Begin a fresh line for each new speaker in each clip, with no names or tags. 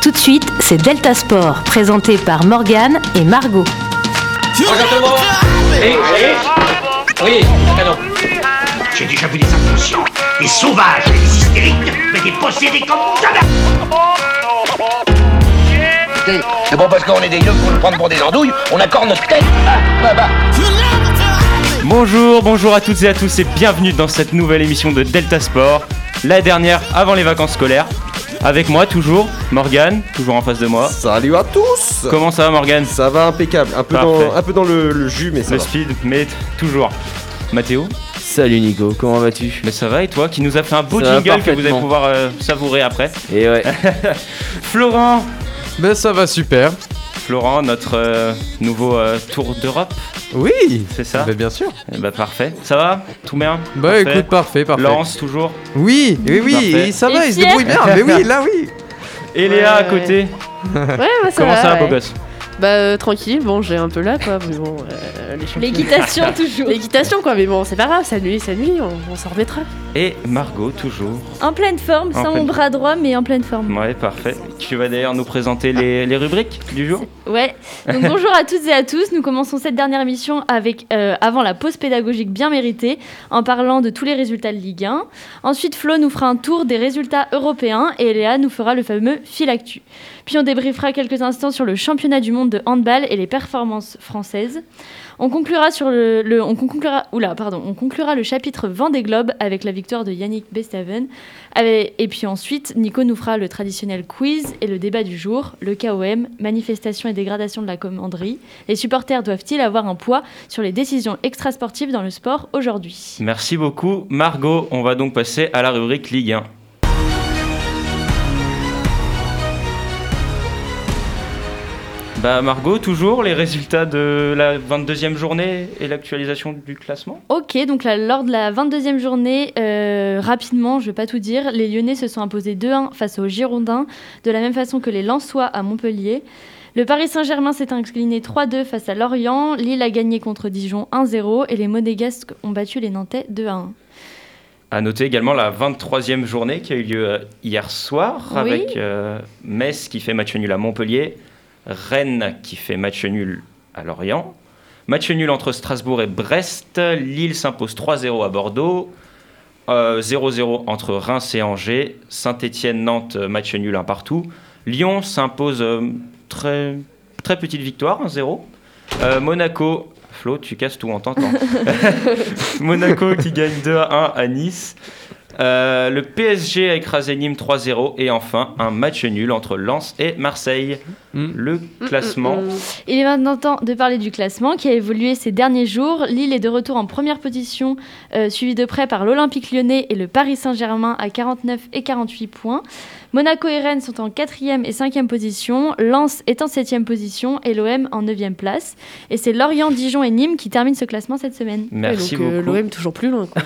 Tout de suite, c'est Delta Sport, présenté par Morgane et Margot.
Bonjour tout le monde Oui, oui, oui, alors,
J'ai déjà vu des inconscients, des sauvages, et des hystériques, mais des possédés comme jamais
C'est bon parce qu'on est des yeux pour nous prendre pour des andouilles, on accorde notre tête. Ah, bah, bah.
Bonjour, bonjour à toutes et à tous et bienvenue dans cette nouvelle émission de Delta Sport, la dernière avant les vacances scolaires. Avec moi toujours, Morgane, toujours en face de moi.
Salut à tous
Comment ça va Morgane
Ça va impeccable, un peu
Parfait.
dans, un peu dans le, le jus mais ça
Le
va.
speed, mais t- toujours. Mathéo,
Salut Nico, comment vas-tu
mais ça va et toi qui nous a fait un beau
Ça va
jingle que vous allez
parfaitement.
pouvoir euh, savourer après.
Et ouais,
Florent
Ben ça va super.
Florent, notre euh, nouveau euh, tour d'Europe,
Oui.
c'est ça
Ben bien sûr.
Eh Bah parfait. Ça va Tout bien
Bah
Parfait.
écoute, parfait, parfait.
Lance toujours.
Oui, oui, oui,
Parfait.
et ça va,
Et
il se débrouille bien. Mais oui, là oui.
Et Léa à
Ouais.
côté,
Ouais, bah, ça
comment
va,
ça va
ouais.
beau gosse
Bah euh, tranquille, bon j'ai un peu là quoi, mais bon. euh, les champignons.
L'équitation toujours.
L'équitation quoi, mais bon c'est pas grave, ça nuit, ça nuit, on, on s'en remettra.
Et Margot toujours.
En pleine forme,
En
sans
pleine
mon bras droit, mais en pleine forme.
Ouais, parfait. Tu vas d'ailleurs nous présenter les, les rubriques du jour
Ouais. Donc bonjour à toutes et à tous. Nous commençons cette dernière émission avec euh, avant la pause pédagogique bien méritée, en parlant de tous les résultats de Ligue 1. Ensuite, Flo nous fera un tour des résultats européens et Léa nous fera le fameux fil actu. Puis on débriefera quelques instants sur le championnat du monde de handball et les performances françaises. On conclura sur le, le- on conclura, oula, pardon, on conclura le chapitre Vendée Globe avec la victoire de Yannick Bestaven. Avec- et puis ensuite, Nico nous fera le traditionnel quiz et le débat du jour, le KOM, manifestation et dégradation de la commanderie. Les supporters doivent-ils avoir un poids sur les décisions extrasportives dans le sport aujourd'hui
Merci beaucoup, Margot. On va donc passer à la rubrique Ligue 1. Bah Margot, toujours les résultats de la 22e journée et l'actualisation du classement
Ok, donc là, lors de la 22e journée, euh, rapidement, je vais pas tout dire, les Lyonnais se sont imposés 2-1 face aux Girondins, de la même façon que les Lensois à Montpellier. Le Paris Saint-Germain s'est incliné 3-2 face à Lorient, Lille a gagné contre Dijon 1-0 et les Monégasques ont battu les Nantais 2-1.
À noter également la 23e journée qui a eu lieu euh, hier soir
Oui.
avec euh, Metz qui fait match nul à Montpellier, Rennes qui fait match nul à Lorient, match nul entre Strasbourg et Brest, Lille s'impose 3-0 à Bordeaux, euh, 0-0 entre Reims et Angers, Saint-Étienne-Nantes euh, match nul un partout, Lyon s'impose euh, très, très petite victoire 1-0, Euh, Monaco, Flo tu casses tout en tentant. Monaco qui gagne 2 à 1 à Nice. Euh, le PSG a écrasé Nîmes 3-0 et enfin un match nul entre Lens et Marseille.
Mm.
Le classement.
Il est maintenant temps de parler du classement qui a évolué ces derniers jours. Lille est de retour en première position, euh, suivi de près par l'Olympique lyonnais et le Paris Saint-Germain à 49 et 48 points. Monaco et Rennes sont en quatrième et cinquième position, Lens est en septième position et l'OM en neuvième place. Et c'est Lorient, Dijon et Nîmes qui terminent ce classement cette semaine.
Merci
Et donc, euh,
beaucoup.
L'OM toujours plus loin quoi.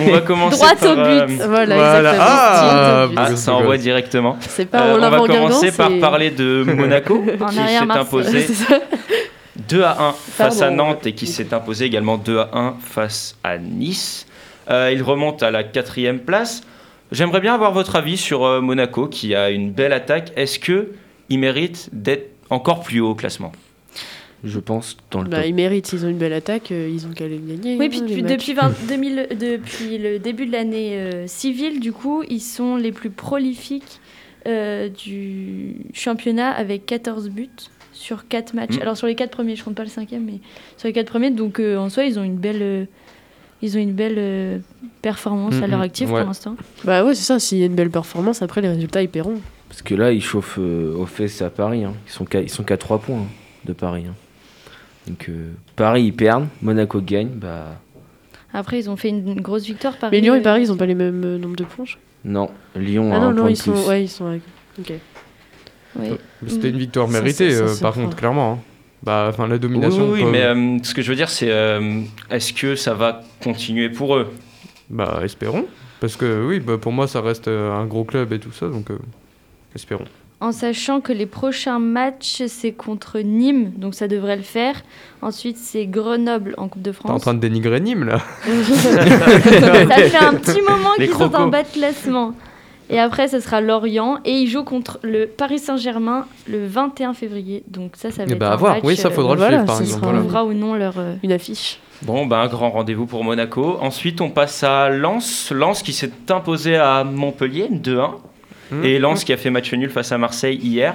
On va commencer
Droite
par,
au but.
euh,
voilà,
Voilà.
exactement.
Ah,
Tiens,
ah,
tiens,
ça envoie directement.
tiens. C'est
Euh,
pas en
on va
l'avant-gardant,
commencer par
c'est-
parler de Monaco
En
qui s'est
arrière, Marseille.
imposé
C'est ça.
2 à 1 face
Pardon.
à Nantes et qui s'est imposé également 2 à 1 face à Nice. Euh, il remonte à la quatrième place. J'aimerais bien avoir votre avis sur euh, Monaco qui a une belle attaque. Est-ce que il mérite d'être encore plus haut au classement
je pense dans le
Bah,
top.
ils méritent, ils ont une belle attaque, euh, ils ont qu'à les gagner.
Oui,
hein,
puis
les
depuis,
matchs.
depuis 20 2000 depuis le début de l'année euh, civile, du coup, ils sont les plus prolifiques euh, du championnat avec 14 buts sur 4 matchs.
Mm.
Alors sur les 4 premiers, je compte pas le cinquième, mais sur les 4 premiers, donc euh, en soi, ils ont une belle, euh, ils ont une belle euh, performance à
Mm,
leur
mm,
actif
ouais.
pour l'instant.
Bah ouais, c'est ça, s'il y a une belle performance, après les résultats ils paieront.
Parce que là, ils chauffent euh, aux fesses à Paris. hein. Ils sont qu'à ils sont qu'à 3 points hein, de Paris. hein. Donc euh, Paris, ils perdent, Monaco gagne. Bah
Après, ils ont fait une, une grosse victoire par
Mais Lyon et Paris, ils ont pas les mêmes euh, nombres de points. je crois.
non, Lyon a
Ah
un
non, non,
point
ils
de
sont.
plus.
Ouais, ils sont. avec- Ok.
C'était une victoire
Ça,
méritée
ça, ça,
euh,
ça
par
prend.
contre clairement. hein. Bah enfin la
Oui,
domination.
oui, oui,
pas-
mais euh, ce que je veux dire, c'est euh, est-ce que ça va continuer pour eux
Bah espérons parce que oui, bah, pour moi ça reste euh, un gros club et tout ça donc euh, espérons.
En sachant que les prochains matchs, c'est contre Nîmes, donc ça devrait le faire. Ensuite, c'est Grenoble en Coupe de
T'es en
France.
train de dénigrer Nîmes là.
ça fait un petit moment
Les
qu'ils sont en
crocos.
bas de classement. Et après, ce sera Lorient. Et ils jouent contre le Paris Saint-Germain le 21 février. Donc ça, ça va
Eh
être
bah,
un
à voir.
match,
Oui, ça
euh,
faudra le
voilà,
suivre, par
ce
exemple.
sera-
On
voilà.
verra ou non leur... euh,
Une affiche.
Bon, ben, un grand rendez-vous pour Monaco. Ensuite, on passe à Lens. Lens qui s'est imposé à Montpellier 2-1.
Mmh.
Et Lens qui a fait match nul face à Marseille hier.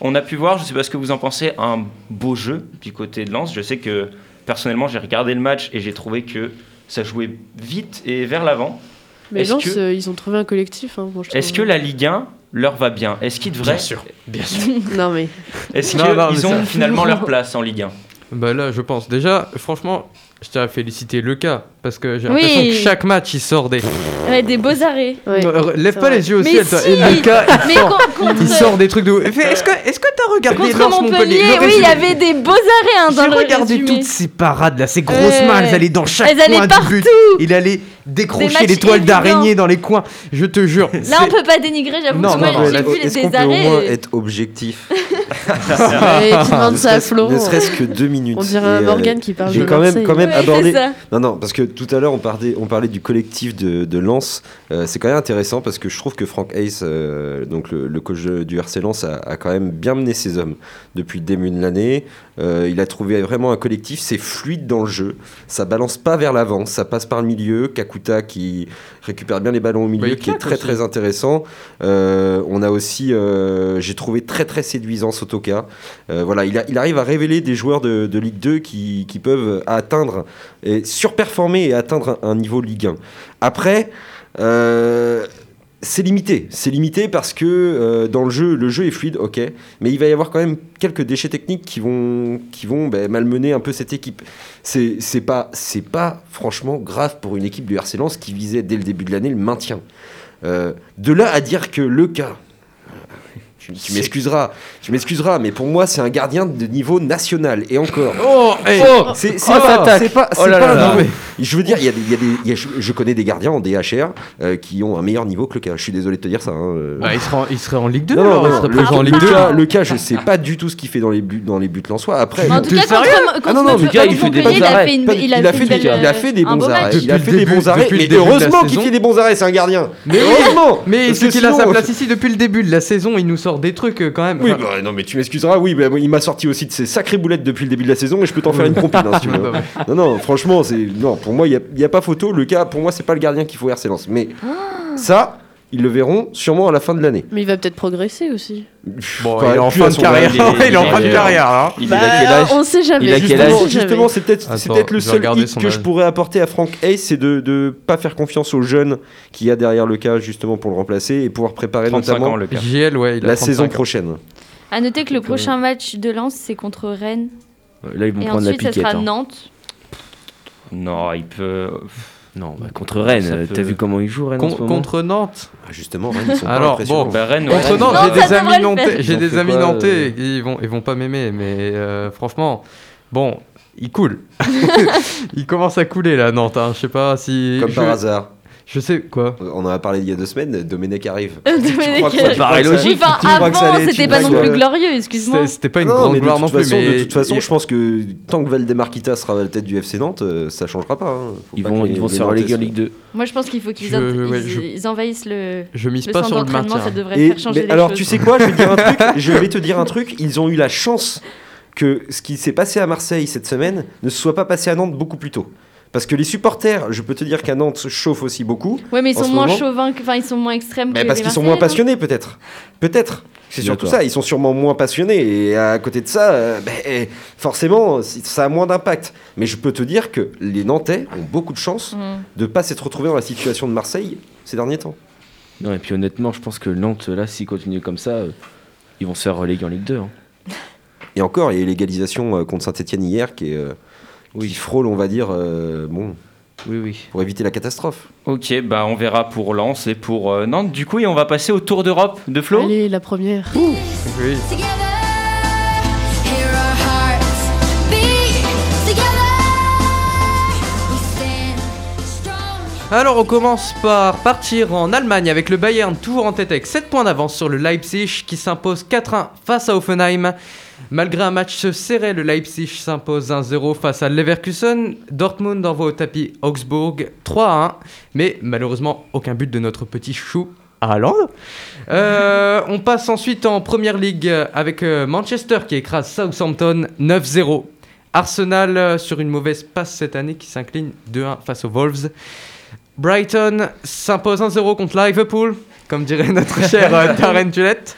On a pu voir, je ne sais pas ce que vous en pensez, un beau jeu du côté de Lens. Je sais que personnellement, j'ai regardé le match et j'ai trouvé que ça jouait vite et vers l'avant.
Mais
Est-ce
Lens,
que-
euh, ils ont trouvé un collectif. Hein, moi, je
Est-ce que
trouve.
la Ligue 1 leur va bien Est-ce qu'ils devraient.
Bien sûr.
Bien sûr.
Non, mais.
Est-ce
Non, non, mais
qu'ils ont
ça-
finalement leur place en Ligue 1
Bah là, je pense. Déjà, franchement, je tiens à féliciter le cas parce que j'ai
Oui.
l'impression que chaque match il sort des.
ouais, des beaux arrêts.
ouais.
Non, Euh, re- lève
c'est
pas
vrai.
les yeux au
Mais
ciel, toi. Et
si.
le cas, il
Mais
sort,
con- contre,
il sort des trucs de. ouf. Fait, Est-ce que, est-ce que t'as regardé
contre
Lens
Montpellier,
Le
oui, il
résumé-
y avait des beaux arrêts hein, dans
J'ai
le
regardé
résumé.
toutes ces parades là, ces grosses
Ouais.
mains, elles allaient dans chaque
Elles allaient
coin du but. Il allait
Des
décrocher
matchs
les toiles
évidents.
d'araignée dans les coins. Je te jure.
Là, on peut pas dénigrer, j'avoue.
Non,
parce que
non,
moi,
non,
j'ai
là,
vu les
Est-ce qu'on
des
peut au moins
euh,
arrêts. euh,
être objectif
Ouais, tu demandes
Ne
ça à
serait-ce-
Flo.
Ne serait-ce que deux minutes.
On
Et,
dirait un
euh,
Morgan qui parle
j'ai
de
quand même-
Marseille.
quand même-
Ouais, c'est
aborder-
ça.
Non, non, parce que tout à l'heure, on parlait, on parlait du collectif de, de Lens. Euh, c'est quand même intéressant parce que je trouve que Frank Hayes, euh, donc le, le coach de- du RC Lens, a, a quand même bien mené ses hommes depuis le début de l'année. Euh, il a trouvé vraiment un collectif, c'est fluide dans le jeu. Ça balance pas vers l'avant, ça passe par le milieu. Kakuta qui récupère bien les ballons au milieu,
il
qui est
claque
très
aussi.
très intéressant. Euh, on a aussi, euh, j'ai trouvé très très séduisant Sotoka. Euh, voilà, il, a- il arrive à révéler des joueurs de, de Ligue 2 qui, qui peuvent atteindre, et surperformer et atteindre un, un niveau Ligue 1. Après, euh, c'est limité. C'est limité parce que euh, dans le jeu, le jeu est fluide, ok, mais il va y avoir quand même quelques déchets techniques qui vont, qui vont ben, malmener un peu cette équipe. C'est c'est pas, c'est pas franchement grave pour une équipe du RC Lens qui visait dès le début de l'année le maintien. Euh, de là à dire que le cas. euh, Tu, tu m'excuseras, tu m'excuseras, mais pour moi c'est un gardien de niveau national et encore.
Oh, hey.
C'est c'est
Oh,
pas,
l'attaque.
c'est pas, c'est
Oh là
pas
là
un-
là.
Je veux dire, il y a des, il y a des- il y a- je, je connais des gardiens en DHR euh, qui ont un meilleur niveau que le cas. Je suis désolé de te dire ça. hein, euh.
Bah, il, serait en, il serait en Ligue 2
Non, non,
alors,
non,
il serait
le-
présent en
le
Ligue 2.
Lucas, le cas, je sais pas du tout ce qu'il fait dans les buts, dans les buts lensois. Après,
En tout
T'es
cas, contre,
sérieux
contre
Ah non, non,
Montpellier,
Lucas, il fait des bons
il a
arrêts.
fait une-
pas-
il a fait une
des-
belle,
il a fait des
euh, un
bons
beau match.
arrêts.
Depuis
Il a
le
fait des
début-
bons arrêts.
depuis le
Mais
début de la
heureusement qu'il
saison.
fait des bons arrêts, c'est un gardien.
Mais-
heureusement.
Mais
Parce
c'est
que
qu'il a sa
sinon- euh,
place ici depuis le début de la saison, il nous sort des trucs euh, quand même.
Oui,
Enfin,
bah, non, mais tu m'excuseras, oui, bah, il m'a sorti aussi de ses sacrées boulettes depuis le début de la saison et je peux t'en faire une compile hein, si tu
ouais,
veux.
bah, ouais.
Non, non, franchement, c'est non, pour moi, il n'y a, pas photo. Le cas, pour moi, c'est pas le gardien qu'il faut RC Lens. Mais
Ah.
ça, ils le verront sûrement à la fin de l'année.
Mais il va peut-être progresser aussi.
Bon,
Enfin,
il est en
plus
fin
à
de
son
carrière.
âge.
Il est-
Il est en fin
il
de
est-
carrière là.
Il est-
Bah, on sait jamais.
Ah, Il a quel âge
Justement,
On sait jamais.
justement, c'est peut-être c'est
Attends,
peut-être le
je vais
seul
regarder
hic
son
que je
âge.
pourrais apporter à Franck Hayes, c'est de ne pas faire confiance aux jeunes qu'il y a derrière le cas, justement, pour le remplacer et pouvoir préparer
35
notamment
ans, le cas.
JL, ouais, il a
la
35
saison
ans.
prochaine.
À noter que le
Quelques-
prochain match de Lens, c'est contre Rennes.
Là, ils vont
Et
prendre
ensuite,
la
ça
piquette.
sera
hein.
Nantes.
Non, il peut.
Non, bah, contre Rennes,
Ça
euh,
peut-
t'as vu comment ils jouent Rennes en
Con-
ce moment
contre Nantes.
Ah, justement, Rennes, ils sont pas
Alors,
impressionnants.
bon,
Bah, Rennes,
Contre
Rennes,
Nantes,
Non,
j'ai
ça
des
devrait
amis
le faire.
nantais, j'ai
Ils ont
des
fait
amis
quoi,
nantais,
euh
ils vont, ils vont pas m'aimer, mais euh, franchement, bon, ils coulent. ils commencent à couler là, Nantes. hein. Je sais pas si.
Comme
je,
par hasard. Euh,
Je sais quoi.
On en a parlé il y a deux semaines, Domenech arrive.
Domenech
crois que
arrive.
tu crois
Paraît
que ça-
Oui, enfin,
tu crois que ça
avant,
allait être
c'était
une
pas non
blague,
plus
euh,
glorieux, excuse-moi.
C'était c'était pas une
Non,
grande
mais de
gloire
toute
non plus,
façon,
mais
de toute façon,
ils-
je pense que tant que Valdemarquita sera à la tête du FC Nantes, euh, ça changera pas. hein. Faut
Ils
pas
vont,
que les-
ils vont
les
se faire
Nantais
reléguer en
se-
Ligue 2.
Moi, je pense qu'il faut qu'ils
Je-
en-
ouais,
ils-
je-
ils envahissent le
je mise
le
pas
centre
sur le
d'entraînement. Ça
maintien.
devrait
Et-
faire changer
mais
les
alors
choses.
tu sais quoi, je vais, te dire un truc, je vais te dire un truc, ils ont eu la chance que ce qui s'est passé à Marseille cette semaine ne se soit pas passé à Nantes beaucoup plus tôt. Parce que les supporters, je peux te dire qu'à Nantes chauffent aussi beaucoup,
Ouais, mais ils
en
sont
ce
moins
moment-
chauvins, que- enfin, ils sont moins extrêmes.
mais
que
parce
les
qu'ils sont moins
Marseillais, non
passionnés hein. peut-être. Peut-être. C'est surtout
D'accord.
ça, ils sont sûrement moins passionnés et à côté de ça, euh, ben, eh, forcément, c- ça a moins d'impact. Mais je peux te dire que les Nantais ont beaucoup de chance
Mm.
de ne pas s'être retrouvés dans la situation de Marseille ces derniers temps.
Non, et puis honnêtement, je pense que Nantes, là, s'ils continuent comme ça, euh, ils vont se faire reléguer en Ligue 2. hein.
Et encore, il y a eu l'égalisation euh, contre Saint-Etienne hier qui, est, euh, qui frôle, on va dire, euh, bon,
Oui, oui.
pour éviter la catastrophe.
Ok, bah on verra pour Lens et pour euh, Nantes. Du coup, et on va passer au Tour d'Europe de Flo.
Allez, la première.
oui. Alors on commence par partir en Allemagne avec le Bayern toujours en tête avec 7 points d'avance sur le Leipzig qui s'impose 4-1 face à Hoffenheim. Malgré un match serré, le Leipzig s'impose 1-0 face à Leverkusen. Dortmund envoie au tapis Augsbourg 3-1, mais malheureusement aucun but de notre petit chou Haaland. Euh, on passe ensuite en Première Ligue avec euh, Manchester qui écrase Southampton 9-0. Arsenal euh, sur une mauvaise passe cette année qui s'incline 2-1 face aux Wolves. Brighton s'impose 1-0 contre Liverpool, comme dirait notre cher euh, Darren Tulette.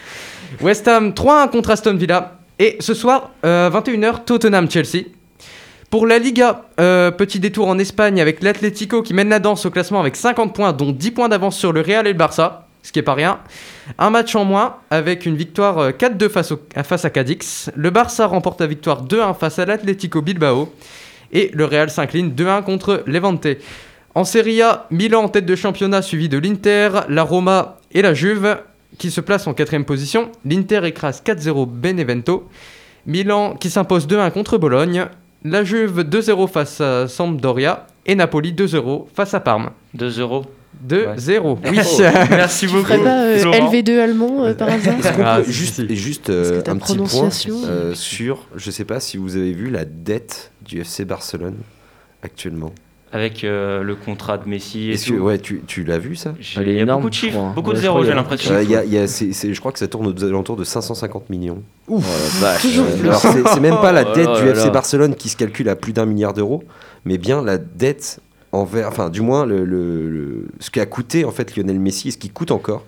West Ham 3-1 contre Aston Villa. Et ce soir, euh, 21h, Tottenham-Chelsea. Pour la Liga, euh, petit détour en Espagne avec l'Atlético qui mène la danse au classement avec 50 points, dont 10 points d'avance sur le Real et le Barça, ce qui est pas rien. Un match en moins avec une victoire euh, 4-2 face, au- face à Cadix. Le Barça remporte la victoire 2-1 face à l'Atlético Bilbao. Et le Real s'incline 2-1 contre Levante. En Serie A, Milan en tête de championnat suivi de l'Inter, la Roma et la Juve qui se placent en quatrième position. L'Inter écrase 4-0 Benevento. Milan qui s'impose 2-1 contre Bologne. La Juve 2-0 face à Sampdoria. Et Napoli 2-0 face à Parme.
2 euros.
2-0. Oui.
Oh, merci
Tu
beaucoup.
ferais pas euh,
Florent.
LV2 allemand euh, par hasard
Est-ce qu'on
Ah,
peut
si,
juste,
si.
et juste
Parce que
euh,
ta
un petit point
prononciation.
euh, sur, je sais pas si vous avez vu la dette du FC Barcelone actuellement.
Avec euh, le contrat de Messi et
Est-ce que-
tout.
ouais, tu, tu l'as vu ça
J'ai-
Elle est
Il y a
énorme,
beaucoup de
je
chiffres,
crois, hein.
beaucoup
Ouais,
de
je
zéros,
crois, il y
j'ai
a-
l'impression.
Euh, il y a- il y a- c'est- c'est- Je crois que ça tourne aux alentours de 550 millions.
Toujours
Euh,
plus.
alors, c'est c'est même pas la
Oh
dette
là
du
là
FC
là.
Barcelone qui se calcule à plus d'un milliard d'euros, mais bien la dette envers, enfin du moins le, le- le- ce qui a coûté en fait Lionel Messi et ce qui coûte encore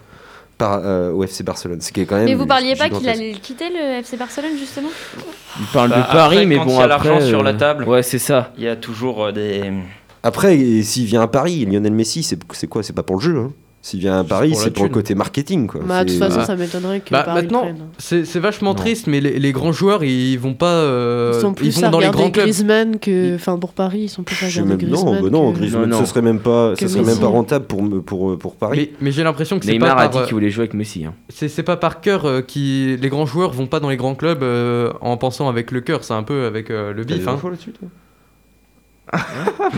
par, euh, au FC Barcelone. Ce qui est quand même.
Mais vous parliez pas qu'il
gigantesque.
allait quitter le FC Barcelone justement
Il parle
Bah,
de Paris,
après,
mais
quand
bon,
il y a
après. euh,
l'argent sur la table.
Ouais, c'est ça.
Il y a toujours euh, des.
Après, et s'il vient à Paris, Lionel Messi, c'est c'est quoi C'est pas pour le jeu. Hein. S'il vient à Paris,
pour la
c'est pour le
thune.
côté marketing. Quoi.
Bah, de toute
C'est-
façon,
Ah.
ça m'étonnerait que
Bah,
Paris le
maintenant,
prenne.
c'est c'est vachement
Non.
triste, mais les, les grands joueurs, ils vont pas. euh,
Ils sont
ils
plus
vont
à
dans les
regarder
grands clubs.
Griezmann que. Enfin, pour Paris, ils sont plus à
Je sais
regarder
même, non,
Griezmann.
bah non,
que-
Griezmann,
Non,
ce
non.
serait même pas, ce
que
serait même
Messi.
pas rentable pour, pour, euh, pour Paris.
Mais, mais j'ai l'impression que c'est pas
Neymar a
par,
dit
euh,
qu'il voulait jouer avec Messi. hein.
c'est c'est pas par cœur euh, qui les grands joueurs vont pas dans les grands clubs euh, en pensant avec le cœur, c'est un peu avec euh, le
T'as des
bif. hein.
infos là-dessus, toi bah,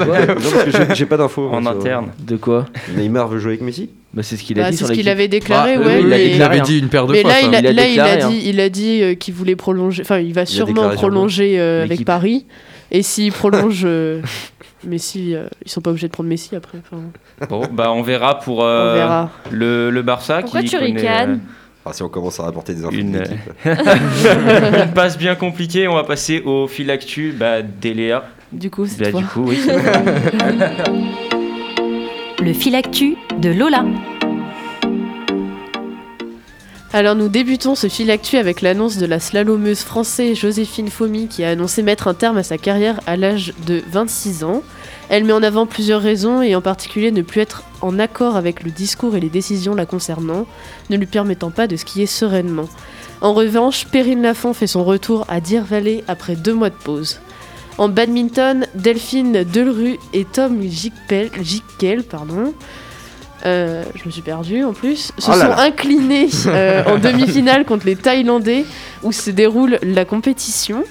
Ouais, non, parce que j'ai- j'ai pas d'infos.
En
moi, sur-
interne.
De quoi
Neymar veut jouer avec Messi
Bah, c'est ce qu'il a
Bah,
dit
c'est
sur
ce qu'il
l'équipe.
avait déclaré,
Bah,
euh,
ouais.
il a
mais-
il
déclaré,
l'avait
hein.
dit une paire de
Mais
fois.
là,
ça.
il a,
Il a
là, il a
déclaré,
dit, il a dit euh, qu'il voulait prolonger. Enfin, il va sûrement
déclaré sur
prolonger euh, avec
L'équipe.
Paris. Et s'il prolonge euh, Messi, euh, ils sont pas obligés de prendre Messi après. enfin,
Bon, bah on verra pour
on
euh,
verra.
Le, le Barça
Pourquoi
qui
tu
connaît,
ricanes
Ah, si on commence à rapporter des infos.
Une,
de l'équipe, là.
euh, une passe bien compliquée. On va passer au fil actu. Bah, Déléa.
Du coup, c'est
Bah,
toi.
du coup, oui.
Le fil actu de Lola.
Alors nous débutons ce fil actu avec l'annonce de la slalomeuse française Joséphine Fomi qui a annoncé mettre un terme à sa carrière à l'âge de 26 ans. Elle met en avant plusieurs raisons et en particulier ne plus être en accord avec le discours et les décisions la concernant, ne lui permettant pas de skier sereinement. En revanche, Perrine Lafont fait son retour à Deer Valley après deux mois de pause. En badminton, Delphine Delru et Tom Jickel, Jickel, pardon, euh, je me suis perdue en plus, se
Oh là
sont
là.
inclinés euh, en demi-finale contre les Thaïlandais où se déroule la compétition.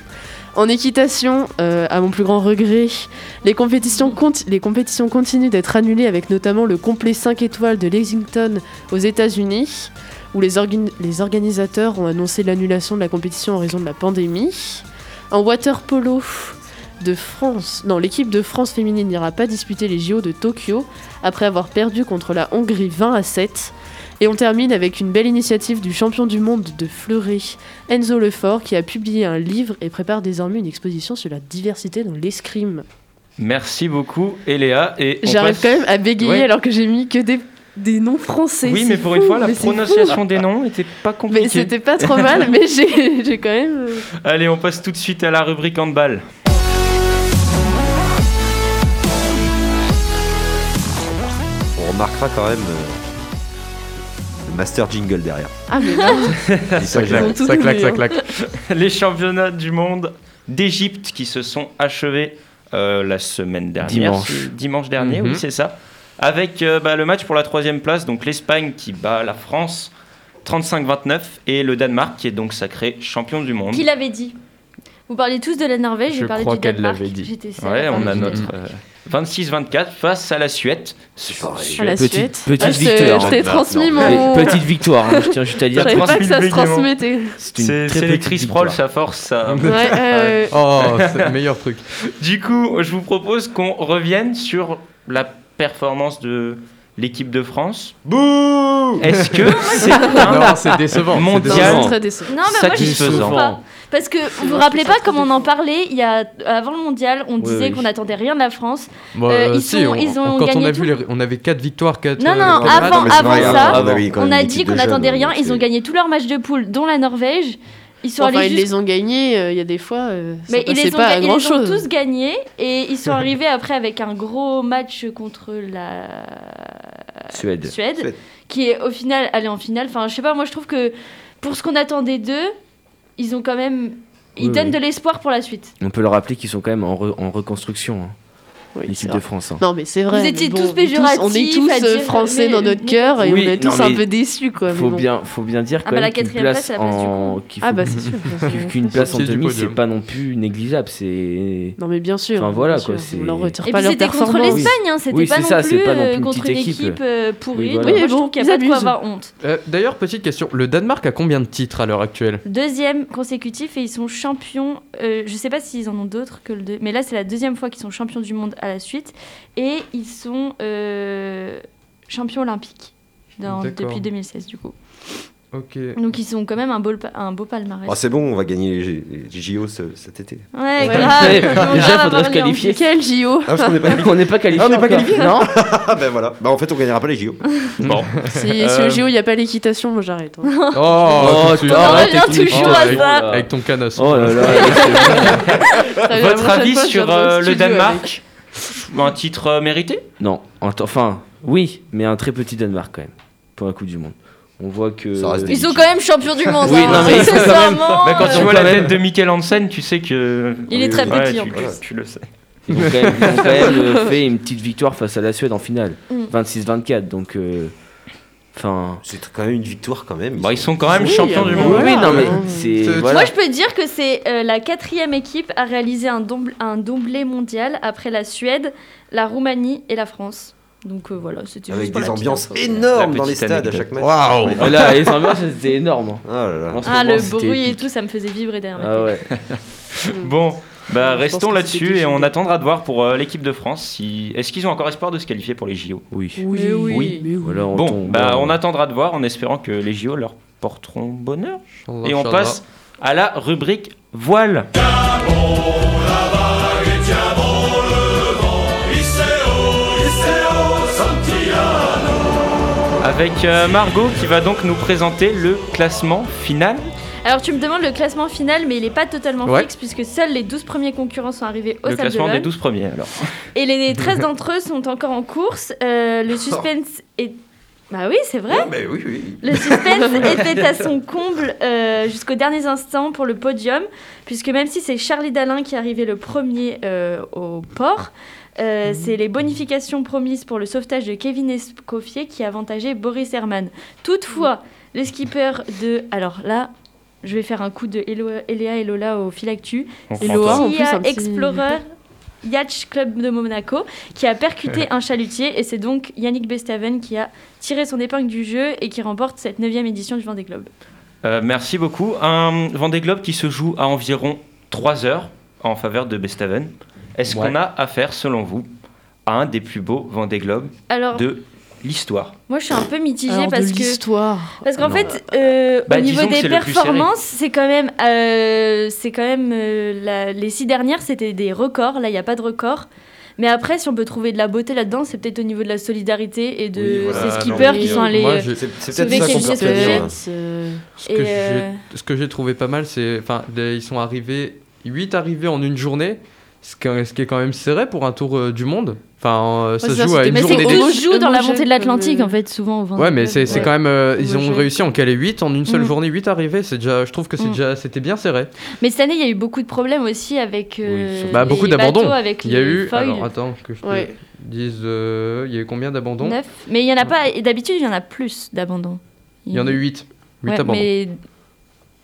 En équitation, euh, à mon plus grand regret, les compétitions, conti- les compétitions continuent d'être annulées avec notamment le complet 5 étoiles de Lexington aux États-Unis, où les, organ- les organisateurs ont annoncé l'annulation de la compétition en raison de la pandémie. En water polo de France, non, l'équipe de France féminine n'ira pas disputer les JO de Tokyo après avoir perdu contre la Hongrie 20 à 7. Et on termine avec une belle initiative du champion du monde de fleuret, Enzo Lefort, qui a publié un livre et prépare désormais une exposition sur la diversité dans l'escrime.
Merci beaucoup, Eléa. Et on
J'arrive
passe-
quand même à bégayer
Ouais.
alors que j'ai mis que des, des noms français.
Oui,
c'est
mais pour une
fou,
fois, la
mais c'est fou.
prononciation des noms était pas
Mais
compliquée.
c'était pas trop mal, mais j'ai j'ai quand même. euh,
Allez, on passe tout de suite à la rubrique handball.
On remarquera quand même euh, le master jingle derrière.
Ah, mais là,
Ça,
ils ont
j'ai-
tout
Ça claque,
donné,
ça
hein.
claque.
Les championnats du monde d'Égypte qui se sont achevés euh, la semaine dernière.
Dimanche.
C'est Dimanche dernier,
Mhm.
oui, c'est ça. Avec euh, bah, le match pour la troisième place, donc l'Espagne qui bat la France 35-29 et le Danemark qui est donc sacré champion du monde.
Qui l'avait dit Vous parlez tous de la Norvège,
Je
j'ai parlé
crois
du
qu'elle
Danemark.
l'avait dit.
J'étais seule
Ouais,
à
on
parler
a
du
notre
Danemark.
euh, 26-24 face à la Suède.
À la
Petite-
suite.
petite
Ah, je t'ai-
victoire,
Je t'ai
hein.
transmis
Non,
mon.
Et Petite victoire, hein, je tiens juste à
Je
dire.
savais
Transmis
pas que ça se
le bégaiement.
transmettait.
C'est une
C'est
très
c'est les
petite
Chris
victoire.
Proll, ça force. ça-
Ouais, euh,
Oh, c'est le meilleur truc.
Du coup, je vous propose qu'on revienne sur la performance de l'équipe de France. Bouh
nous
Est-ce que c'est
Non,
un
c'est décevant.
Mondial.
c'est décevant.
Non.
très décevant.
Non, mais moi je
satisfaisant
trouve pas. Parce que vous vous rappelez pas comme on en parlait il y a avant le mondial, on disait
oui.
qu'on n'attendait rien de la France.
Bon,
Euh,
euh,
ils
si,
sont-
on-
ils ont
quand on a
gagné
vu, les- on avait 4 victoires, euh, 4.
Non, non,
Ah,
avant,
mais c'est
avant
vrai,
ça,
ah, bah oui, quand
on
même,
a
une
dit
équipe
qu'on
de jeunes,
n'attendait rien.
donc
Ils
c'est-
ont gagné tous leurs matchs de poule, dont la Norvège. Ils sont
Enfin,
allés
ils
jusqu'au-
les ont gagnés euh, il y a des fois. euh, ça
Mais ils
passait
les, ont,
pas
ga-
à
ils les
grand
ont
chose.
tous gagnés et ils sont arrivés après avec un gros match contre la
Suède.
Suède,
Suède.
qui est au final allée en finale. Enfin, je sais pas, moi je trouve que pour ce qu'on attendait d'eux, ils ont quand même. Ils
Oui,
donnent
oui.
de l'espoir pour la suite.
On peut le rappeler qu'ils sont quand même en, re- en reconstruction, hein,
Oui, c'est
l'équipe
vrai.
de France. hein.
Non, mais c'est vrai.
Vous
mais
étiez
bon,
tous
on est On est
péjoratifs
tous
à
euh,
dire,
français
mais-
dans notre cœur et
Oui,
on est
non,
tous un
mais
peu déçus, quoi. mais
Faut
bon.
bien, faut bien dire
Ah,
quand
bah, la
même qu'une
quatrième place,
place
c'est la place du
en,
con.
qu'il
Ah
faut-
bah c'est sûr. parce que-
qu'une place en
Sortie du
demi,
podium.
c'est pas non plus négligeable. C'est
Non, mais bien sûr.
Enfin, voilà,
bien
quoi,
sûr,
c'est-
On leur retire
Et
pas
puis
leur
c'était contre
performance.
l'Espagne, hein, c'était
Oui,
pas,
c'est
non
ça, c'est
plus,
pas non
euh,
plus une
contre
petite
une
équipe.
équipe euh, pourrie.
Oui, voilà.
Donc moi,
Oui,
je
bon,
trouve qu'il
ils
n'y a pas de quoi
abusent.
avoir honte.
Euh, D'ailleurs, petite question. Le Danemark a combien de titres à l'heure actuelle
Deuxième consécutif et ils sont champions. euh, je sais pas s'ils en ont d'autres que le deux, mais là c'est la deuxième fois qu'ils sont champions du monde à la suite et ils sont euh, champions olympiques dans-
D'accord.
depuis 2016 du coup.
Ok.
Donc ils sont quand même un beau, pa- un beau palmarès.
Ah, c'est bon, on va gagner les G- les JO ce- cet été.
ouais,
Ouais.
grave.
Ouais,
Ils vont
déjà,
grave
faudrait
avoir
se
les
qualifier.
Olympiques.
Quel JO
Ah, parce qu'on n'est pas
On n'est pas qualifié.
Ah, on n'est pas
encore.
qualifié
Non.
Ah, ben voilà. Bah, en fait, on gagnera pas les JO.
Bon,
Si sur
Euh,
le JO, il n'y a pas l'équitation, moi j'arrête. hein.
Oh,
Oh,
tout de suite.
t'en
Arrête
reviens
avec ton- oh,
toujours à
avec-
ça.
Avec ton canasson.
Oh là là.
Ça, la
votre
prochaine
avis
fois, je
sur
viendrai au
euh, le
studio
Danemark Un titre euh, mérité
non. ent- Enfin, oui, mais un très petit Danemark quand même pour la Coupe du Monde. On voit que.
Ça reste des-
Ils sont quand même champions du monde.
Oui,
hein,
non, mais ils sont quand même-
accessoirement,
Ah,
Bah, Quand
euh,
tu
donc
vois la
quand même-
tête de Michael Hansen, tu sais que.
Il est
Oui,
très
oui,
petit
Ouais,
en
tu,
plus.
tu- tu le sais.
Ils ont quand même, ils ont quand même, euh, fait une petite victoire face à la Suède en finale,
Mm.
26-24. Donc, euh, enfin.
C'est quand même une victoire, quand même.
Bon, Bah, ils sont quand même
Oui,
champions du
euh,
monde.
Voilà.
Oui, non mais
C'est-
c'est
Moi,
voilà.
je peux dire que c'est euh, la quatrième équipe à réaliser un, domble- un doublé mondial après la Suède, la Roumanie et la France. Donc euh, voilà, c'était
Avec
juste pour
des
la petite
ambiances
info.
énormes
La
dans les
petite
stades à
anecdote.
chaque match.
Waouh
Oh là, les ambiances c'était énorme. hein.
Oh là là.
En ce
Ah,
moment,
le
c'était
bruit et
épique.
tout, ça me faisait vibrer derrière ma
Ah
tête.
ouais.
Bon, bah,
Je pense
restons
que c'était
là-dessus et
quelque
on
chose.
attendra de voir pour euh, l'équipe de France. Si... Est-ce qu'ils ont encore espoir de se qualifier pour les JO
Oui.
Oui, mais oui.
Oui.
mais oui.
Voilà, on
Bon,
tombe,
bah,
euh,
on attendra de voir en espérant que les JO leur porteront bonheur. Et on passe à la rubrique voile. Avec euh, Margot qui va donc nous présenter le classement final.
Alors tu me demandes le classement final, mais il n'est pas totalement
Ouais.
fixe puisque seuls les 12 premiers concurrents sont arrivés au
le
Sable
classement des
d'Olonne.
12 premiers alors.
Et les 13 d'entre eux sont encore en course. Euh, le suspense est... Bah oui, c'est vrai.
Oh. Mais oui, oui.
Le suspense était à son comble euh, jusqu'aux derniers instants pour le podium, puisque même si c'est Charlie Dalin qui est arrivé le premier euh, au port, euh, c'est les bonifications promises pour le sauvetage de Kevin Escoffier qui avantageait Boris Herman. Toutefois, les skippers de... Alors là, je vais faire un coup de Elo- Eléa et Lola au fil actu.
On
Et
prend
Loa,
toi.
en plus,
Sea
un petit-
Explorer Yacht Club de Monaco qui a percuté un chalutier et c'est donc Yannick Bestaven qui a tiré son épingle du jeu et qui remporte cette 9 édition du Vendée Globe.
Euh, merci beaucoup. Un Vendée Globe qui se joue à environ 3 heures en faveur de Bestaven. Est-ce
Ouais.
qu'on a affaire, selon vous, à un des plus beaux Vendée Globe
Alors,
de l'histoire
moi je suis un peu mitigée
Alors,
parce
de
que
l'histoire.
parce qu'en
Non.
fait euh,
Bah,
au niveau
disons que
des
c'est le plus
performances, c'est quand même euh, c'est quand même euh, la- les six dernières c'était des records, là il n'y a pas de record. Mais après, si on peut trouver de la beauté là-dedans, c'est peut-être au niveau de la solidarité et de
Oui, voilà.
ces
Ah, non,
skippers
mais,
qui
euh,
sont allés.
Moi,
euh,
je-
C'est c'est
Celui
peut-être ça
qui
qu'on
est
peut
juste fait.
retenir. hein.
C'est-
Ce que
Et,
j'ai-
euh,
ce que j'ai trouvé pas mal, c'est. Enfin, les- ils sont arrivés. 8 arrivés en une journée. Ce qui ce qui est quand même serré pour un tour euh, du monde. Enfin, euh, ça
Ouais,
se
ça,
joue à
c'était-
une
Mais c'est
journée
Homogène-
que
des-
tout se joue dans la
homogène
montée de
comme,
l'atlantique
euh,
en fait, souvent au Vendée
Ouais, mais
Globe.
c'est c'est quand même. euh, ils ont
Homogène.
réussi à en caler 8 en une seule
Mm.
journée, 8 arrivés. C'est déjà, je trouve que c'est
Mm.
déjà, c'était bien serré.
Mais cette année, il y a eu beaucoup de problèmes aussi avec
Oui,
euh,
sur-
Bah,
les
beaucoup d'abandons.
bateaux, avec
Il y a
les
eu.
foils.
Alors, attends, que je te
Ouais.
dise. euh, il y a eu combien d'abandons
Neuf. Mais il y en a pas. Et d'habitude, il y en a plus d'abandons.
Il y en a eu 8. 8
Ouais,
abandons.
Mais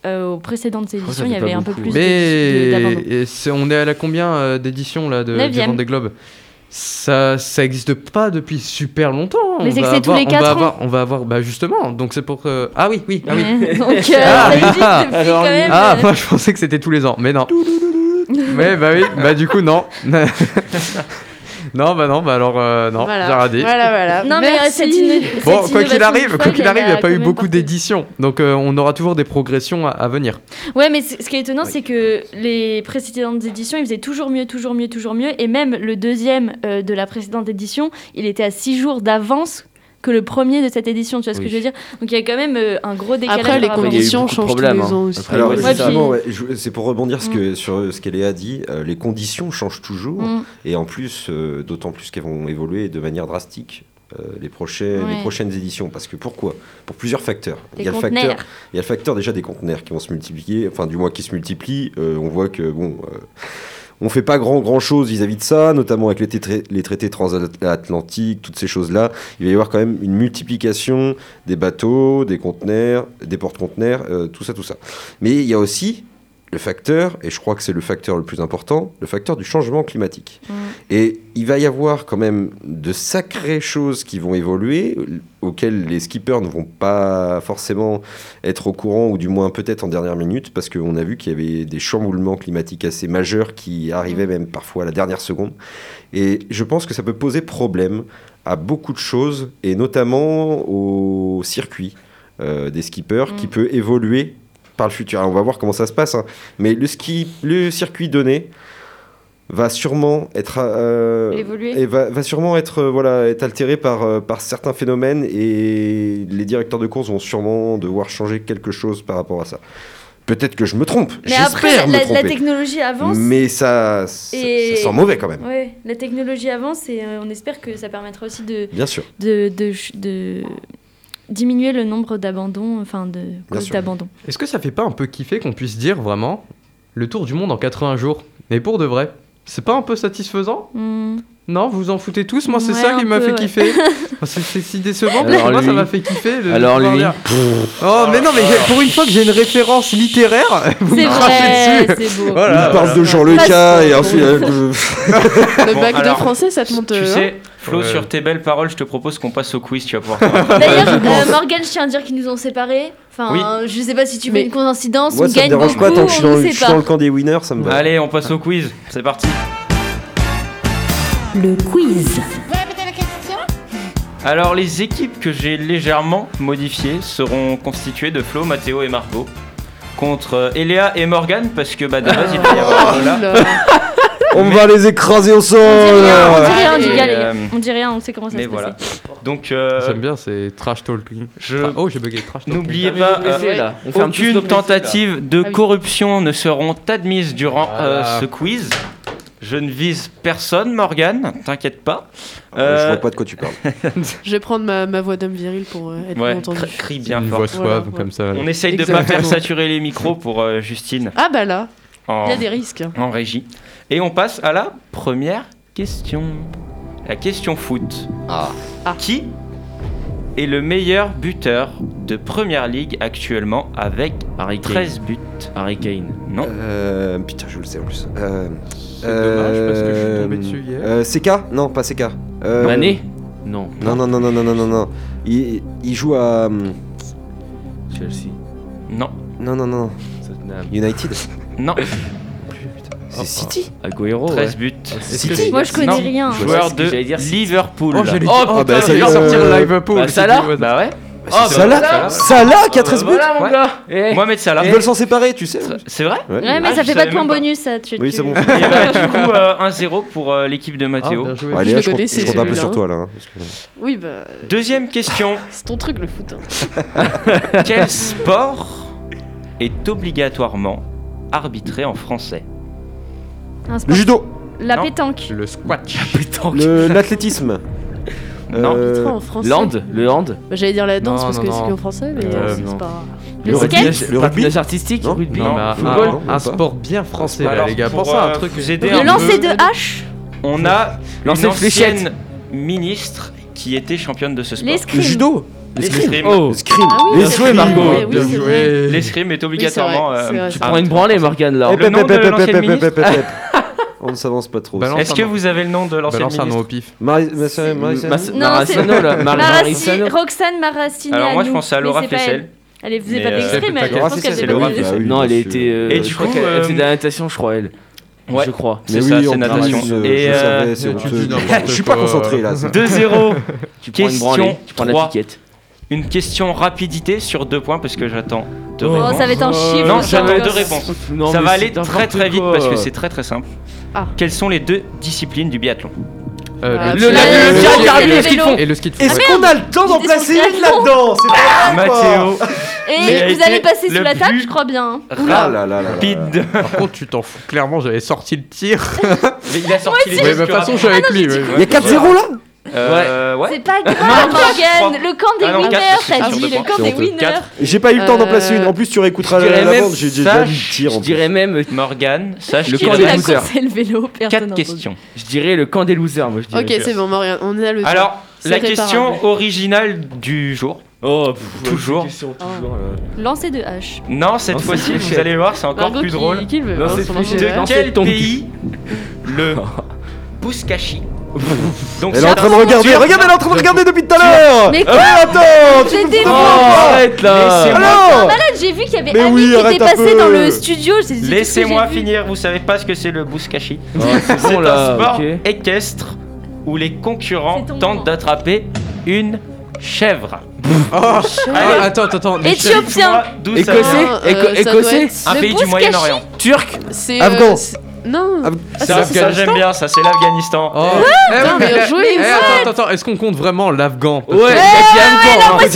euh, aux précédentes
crois que
éditions,
ça
il y
fait pas
avait un peu
beaucoup.
plus de- de-
Mais
d'abandons.
et c'est- on est à la combien euh, d'éditions là de du
Neuvième.
Vendée Globe ça ça existe pas depuis super longtemps. hein.
Mais
on
c'est que
va
c'est tous
avoir-
les
on va
quatre ans.
avoir- On va avoir bah justement donc c'est pour que- ah oui oui ah oui.
Donc, euh,
Ah,
ça
oui.
existe
Ah,
depuis
alors,
quand même,
Ah
euh,
moi je pensais que c'était tous les ans mais non. mais bah oui bah du coup non. Non, bah non, bah alors, euh, non,
Voilà.
j'ai radé.
Voilà, voilà.
Non, mais euh,
Merci.
cette inno- cette
ah, Bon, quoi qu'il
innovation
arrive,
folle,
quoi qu'il
elle
arrive, il n'y a pas
quand
eu
même
beaucoup
porté.
d'éditions, donc euh, on aura toujours des progressions à, à venir.
Ouais, mais c- ce qui est étonnant, c'est que les précédentes éditions, ils faisaient toujours mieux, toujours mieux, toujours mieux. Et même le deuxième euh, de la précédente édition, il était à six jours d'avance que le premier de cette édition. Tu vois ce que
Oui.
je veux dire Donc il y a quand même euh, un gros décalage.
Après, les
par rapport-
conditions
conditions
beaucoup de
changent tous
problèmes,
les
hein.
ans aussi.
Après,
Alors,
ouais,
effectivement,
puis-
ouais, je- c'est pour rebondir ce que, sur euh, ce qu'Eléa a dit, euh, les conditions changent toujours,
Mm.
et en plus, euh, d'autant plus qu'elles vont évoluer de manière drastique. euh, les, prochaines, les
Ouais.
prochaines éditions. Parce que pourquoi Pour plusieurs facteurs.
Des
il, y a le
conteneurs.
facteur, il y a le facteur déjà des conteneurs qui vont se multiplier, enfin du moins qui se multiplient. Euh, on voit que, bon, euh, on fait pas grand, grand chose vis-à-vis de ça, notamment avec les, tétra- les traités transatlantiques, toutes ces choses-là. Il va y avoir quand même une multiplication des bateaux, des conteneurs, des porte-conteneurs, euh, tout ça, tout ça. Mais il y a aussi le facteur, et je crois que c'est le facteur le plus important, le facteur du changement climatique.
Mm.
Et il va y avoir quand même de sacrées choses qui vont évoluer, euh, auxquelles les skippers ne vont pas forcément être au courant, ou du moins peut-être en dernière minute, parce qu'on a vu qu'il y avait des chamboulements climatiques assez majeurs qui arrivaient même parfois à la dernière seconde. Et je pense que ça peut poser problème à beaucoup de choses, et notamment au circuit euh, des skippers, qui
Mm.
peut évoluer par le futur. Alors, on va voir comment ça se passe, hein. mais le, ski, le circuit donné va sûrement être euh,
Évoluer.
et va, va sûrement être euh, voilà être altéré par euh, par certains phénomènes et les directeurs de course vont sûrement devoir changer quelque chose par rapport à ça. Peut-être que je me trompe.
Mais après,
J'espère
la-
me
la,
tromper.
technologie avance.
mais ça, ça-
Et-
ça sent mauvais quand même.
Ouais, la technologie avance et euh, on espère que ça permettra aussi de,
Bien sûr.
de, de, ch- de diminuer le nombre d'abandons, enfin de causes
sûr.
d'abandon.
Est-ce que ça fait pas un peu kiffer qu'on puisse dire vraiment le tour du monde en 80 jours Mais pour de vrai, c'est pas un peu satisfaisant
Hmm.
Non, vous vous en foutez tous Moi, c'est
Ouais,
ça
un
qui m'a
peu,
fait
ouais.
kiffer. c'est, c'est si décevant.
Alors
pour moi, ça
lui.
m'a fait kiffer. de- de
Alors
pouvoir
lui.
dire, Oh, mais non, mais j'ai- pour une fois que j'ai une référence littéraire, vous
C'est
me crachez
vrai,
dessus.
c'est beau.
Voilà,
Il parle de Jean Leca
Passe-
et ensuite.
Le
Bon,
bac
alors,
de français, ça te monte.
Tu
euh, hein
sais, Flo,
Ouais.
sur tes belles paroles, je te propose qu'on passe au quiz, tu vas pouvoir. te-
D'ailleurs, euh, Morgane, je tiens à dire qu'ils nous ont séparés. Enfin, euh, je sais pas si tu veux
Mais-
une coïncidence,
Moi,
on
ça me
gagne
dérange
beaucoup,
pas tant que je suis dans,
on
le-
ne
je
sait
suis dans
pas.
le camp des winners, ça me
Bah.
va.
Allez, on passe au quiz, c'est parti.
Le quiz.
Alors, les équipes que j'ai légèrement modifiées seront constituées de Flo, Mathéo et Margot. Contre euh, Eléa et Morgane, parce que bah, de base, il va y avoir Lola.
Oh, Oula.
On va les écraser au sol. euh,
On dit rien, on dit rien, on dit
Ouais. Et,
rien, les gars.
euh,
On dit rien, on sait comment ça
Mais
se
voilà.
passe.
Donc, euh,
J'aime bien, c'est trash talking.
je
Enfin, oh, j'ai bugué, trash talking.
N'oubliez pas, euh, aucune tentative de
Ah oui.
corruption ne seront admises durant euh,
Voilà.
ce quiz. Je ne vise personne, Morgane, t'inquiète pas.
Je
Ah,
Euh,
vois pas de quoi tu parles.
Je vais prendre ma, ma voix d'homme viril pour euh, être
Ouais,
bien entendu.
cr- crie
C'est
bien
une
fort.
voix suave,
Voilà.
comme ça.
On essaye de pas
Exactement.
faire saturer les micros pour euh, Justine
Ah bah là,
en,
il y a des risques. hein.
en régie. Et on passe à la première question. La question foot.
Ah.
Qui est le meilleur buteur de Première Ligue actuellement avec
Harry Kane.
13 buts
Harry Kane.
Non.
Euh, putain, je le sais en plus. Euh,
C'est dommage parce que je suis tombé dessus hier.
euh, CK Non, pas CK. Euh,
Mané Non.
Non, non, non, non, non, non, non, non. Il, il joue à. hum,
Chelsea.
Non.
Non, non, non.
Tottenham.
United.
Non.
C'est City.
Agüero.
13
ouais. Ah,
buts.
City.
Moi, je connais
Non.
rien.
Joueur
ce que
de
j'allais dire, City.
Liverpool.
Oh, j'allais
Oh,
dire- oh,
bah,
putain,
c'est-
j'allais sortir
euh,
Liverpool.
bah,
c'est
Salah.
tout, ouais,
Bah ouais.
Bah,
Ah,
c'est
bah,
Salah
voilà.
Salah qui a 13 buts
Voilà, mon
Ouais.
gars. Eh.
Mohamed Salah.
Ils veulent s'en séparer, tu sais.
C'est vrai
Ouais, mais
Ah,
ça
je
fait pas
savais
de points
même pas.
bonus, ça. tu-
Oui,
tu-
c'est bon.
Et bah, du coup, euh, 1-0 pour euh, l'équipe de
Ah,
Mathéo.
bien joué.
Bon, allez, là,
Je
je, compte,
connaissais
je compte un peu
celui-là,
sur
hein.
toi là. hein, parce que-
Oui bah,
Deuxième question.
c'est ton truc le foot. hein.
Quel sport est obligatoirement arbitré en français
Un
Le
sport.
judo,
La
Non.
pétanque.
Le squat.
le- l'athlétisme.
Non.
Euh,
Putain, en français.
Land, le Land.
Bah, J'allais dire la danse
Non,
parce
non,
que
non.
c'est qu'en français, mais
Euh,
euh,
non.
c'est pas.
Le skate.
Le rugby
Patinage artistique,
Non.
rugby.
Non, mais un,
Football.
un-
Non,
un
pas.
sport bien français, là,
Alors,
les gars.
pour,
Pensez à un
euh,
truc.
vous aider
Le
un
lancer
peu.
de hache.
On a
Lancer
une
de fléchette.
ancienne ministre qui était championne de ce sport.
Le
L'escrime.
judo.
L'escrime.
Oh,
Le scrim.
Ah oui,
Les
c'est
jouets,
vrai,
Margot.
ouais, oui,
Bien
c'est vrai.
joué.
L'escrime est obligatoirement.
Oui, c'est vrai,
euh,
c'est
tu prends une branlée, Morgane, là.
Eh,
Le
pep,
nom
pep,
de
pep,
l'ancienne
pep, pep,
ministre.
pep, pep. On ne s'avance pas trop.
Balance.
Est-ce que vous avez le nom de l'ancienne
Balance un nom
ministre
au pif.
Marie- Marie- Marie-
Ma-
Non,
Maracino,
c'est-
là. Mar-
Maraci-
Maracino.
Roxane Maracineanu.
Alors moi je pensais à
Mais
Laura
c'est pas
Flessel.
Elle Elle faisait
Mais,
pas
euh,
d'extrême, mais
c'est
je
Laura
pense
Flessel,
qu'elle faisait
c'est
pas
Laura
d'extrême.
Flessel.
Non, elle
bien
était.
sûr.
euh,
Et
je
du
crois
coup,
qu'elle
euh,
elle faisait de la natation, je crois, elle.
Ouais.
je crois.
C'est ça, c'est natation. Et
Et
euh,
c'est
tu
honteux.
dis n'importe
Je suis pas
quoi.
concentré là. c'est-
2-0.
Tu prends une
Question
branlée, tu prends la
trois.
piquette.
Une question rapidité sur deux points parce que j'attends deux
Oh,
réponses.
ça va être un chiffre.
Non,
ça va
j'attends
être-
deux réponses. ça va aller très très vite parce que c'est très très simple.
Ah.
Quelles sont les deux disciplines du biathlon
Ah,
le-
le-
le- le-
le- le-
le-
le-
et ce qu'ils
le-
font. Et le ski de fond.
Est-ce qu'on a le temps d'en
Ils
placer
sont
une là-dedans C'est pas vrai, quoi.
Mathéo, Il
Et
a
vous allez
été
passer sous
le
la table,
plus-
je crois bien.
Ah là là là là.
rapide.
Par contre, tu t'en fous. Clairement, j'avais sorti le tir.
Mais Il a sorti les
Oui, mais de toute façon, je suis avec lui. ouais.
Il y a 4-0 là
Euh, ouais.
C'est pas grave,
Non, non,
Morgane,
je
Le camp des
Ah non,
winners,
quatre,
t'as
parce que
dit.
sur deux
Le camp
points.
des
Sur
winners.
quatre.
J'ai pas eu le temps d'en
Euh,
placer une. En plus, tu réécouteras
je dirais
la
même
bande. J'ai déjà mis le tir.
Je
en
dirais même,
Morgane, sache
Le
qu'il
Qui
camp
a
a
des
dit la
losers.
course et le vélo, personne
quatre
n'a entendu.
questions.
je dirais le camp des losers, moi je dirais.
Ok, c'est bon, Morgane, on a le
Alors,
C'est
la
réparable.
question originale du jour.
Oh, pff,
Toujours.
question, toujours, euh.
Lancer de hache.
Non, cette
Non, c'est
fois-ci, vous
fléchette.
allez voir, c'est encore
Margot
plus
qui-
drôle.
qui le veut,
Non,
hein,
c'est
son
fléché.
enjeu.
De
Non,
quel
c'est ton
pays le Bouskashi Donc
Elle
c'est
est en train de regarder.
un-
Regarde, elle est en train de regarder depuis tout à l'heure.
Mais quoi
Mais attends, tu
J'ai
me
des
fous
Oh,
pas.
arrête là
Laissez-moi-
Alors,
J'ai vu qu'il y avait
Mais
Ami
oui,
qui
arrête
était
un
passé
peu.
dans le studio. j'ai dit, qu'est-ce que
Laissez-moi
j'ai vu
finir, vous savez pas ce que c'est le Bouskashi.
Ah. C'est
C'est
bon
un
là,
sport
ok.
équestre où les concurrents
C'est ton moment.
tentent d'attraper une chèvre.
Ah, Attends, attends, attends. les chefs.
Éthiopien.
D'où ça
Écossais
vient
Non, euh,
Éco-
ça doit
Écossais
être-
Un
Le Ah,
pays du
Bouskashi.
Moyen-Orient.
Turc
C'est. euh,
Afghan.
c'est- Non.
Af-
Ah,
Ça, ça, j'aime bien, ça c'est l'Afghanistan.
Oh. Eh,
Putain,
mais-
bien joué.
eh, attends, attends, est-ce qu'on compte vraiment l'Afghan Parce que-
Ouais, t'as dit
C'est
afghan
pour la vie.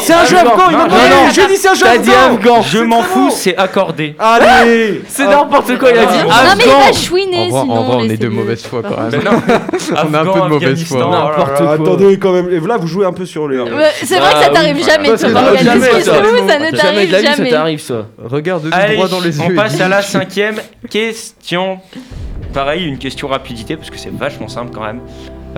c'est un jeu afghan. Il m'a
Non,
demandé.
non, non.
J'ai dit c'est un jeu
T'as dit
afghan.
afghan
Je m'en fous, c'est accordé.
Allez.
C'est n'importe quoi, il a dit
Non,
Non mais il va
afghan
chouiner
En vrai, en
sinon.
vrai, on est
laissez-le.
de mauvaise foi quand
Mais
même.
non,
On a un peu de mauvaise foi.
Oh
N'importe
Ah,
quoi.
Attendez quand même. Et là, vous jouez un peu sur les.
Ouais, C'est vrai que ça
Bah,
t'arrive
oui.
jamais,
Bah,
toi,
ça
Morgane.
t'arrive jamais, ça.
Excuse-nous, ça ne
Jamais de
t'arrive
la vie, ça
jamais.
t'arrive ça.
Regarde-nous
Allez,
droit dans les yeux.
on
et
passe
dis-
à la cinquième question. Pareil, une question rapidité, parce que c'est vachement simple quand même.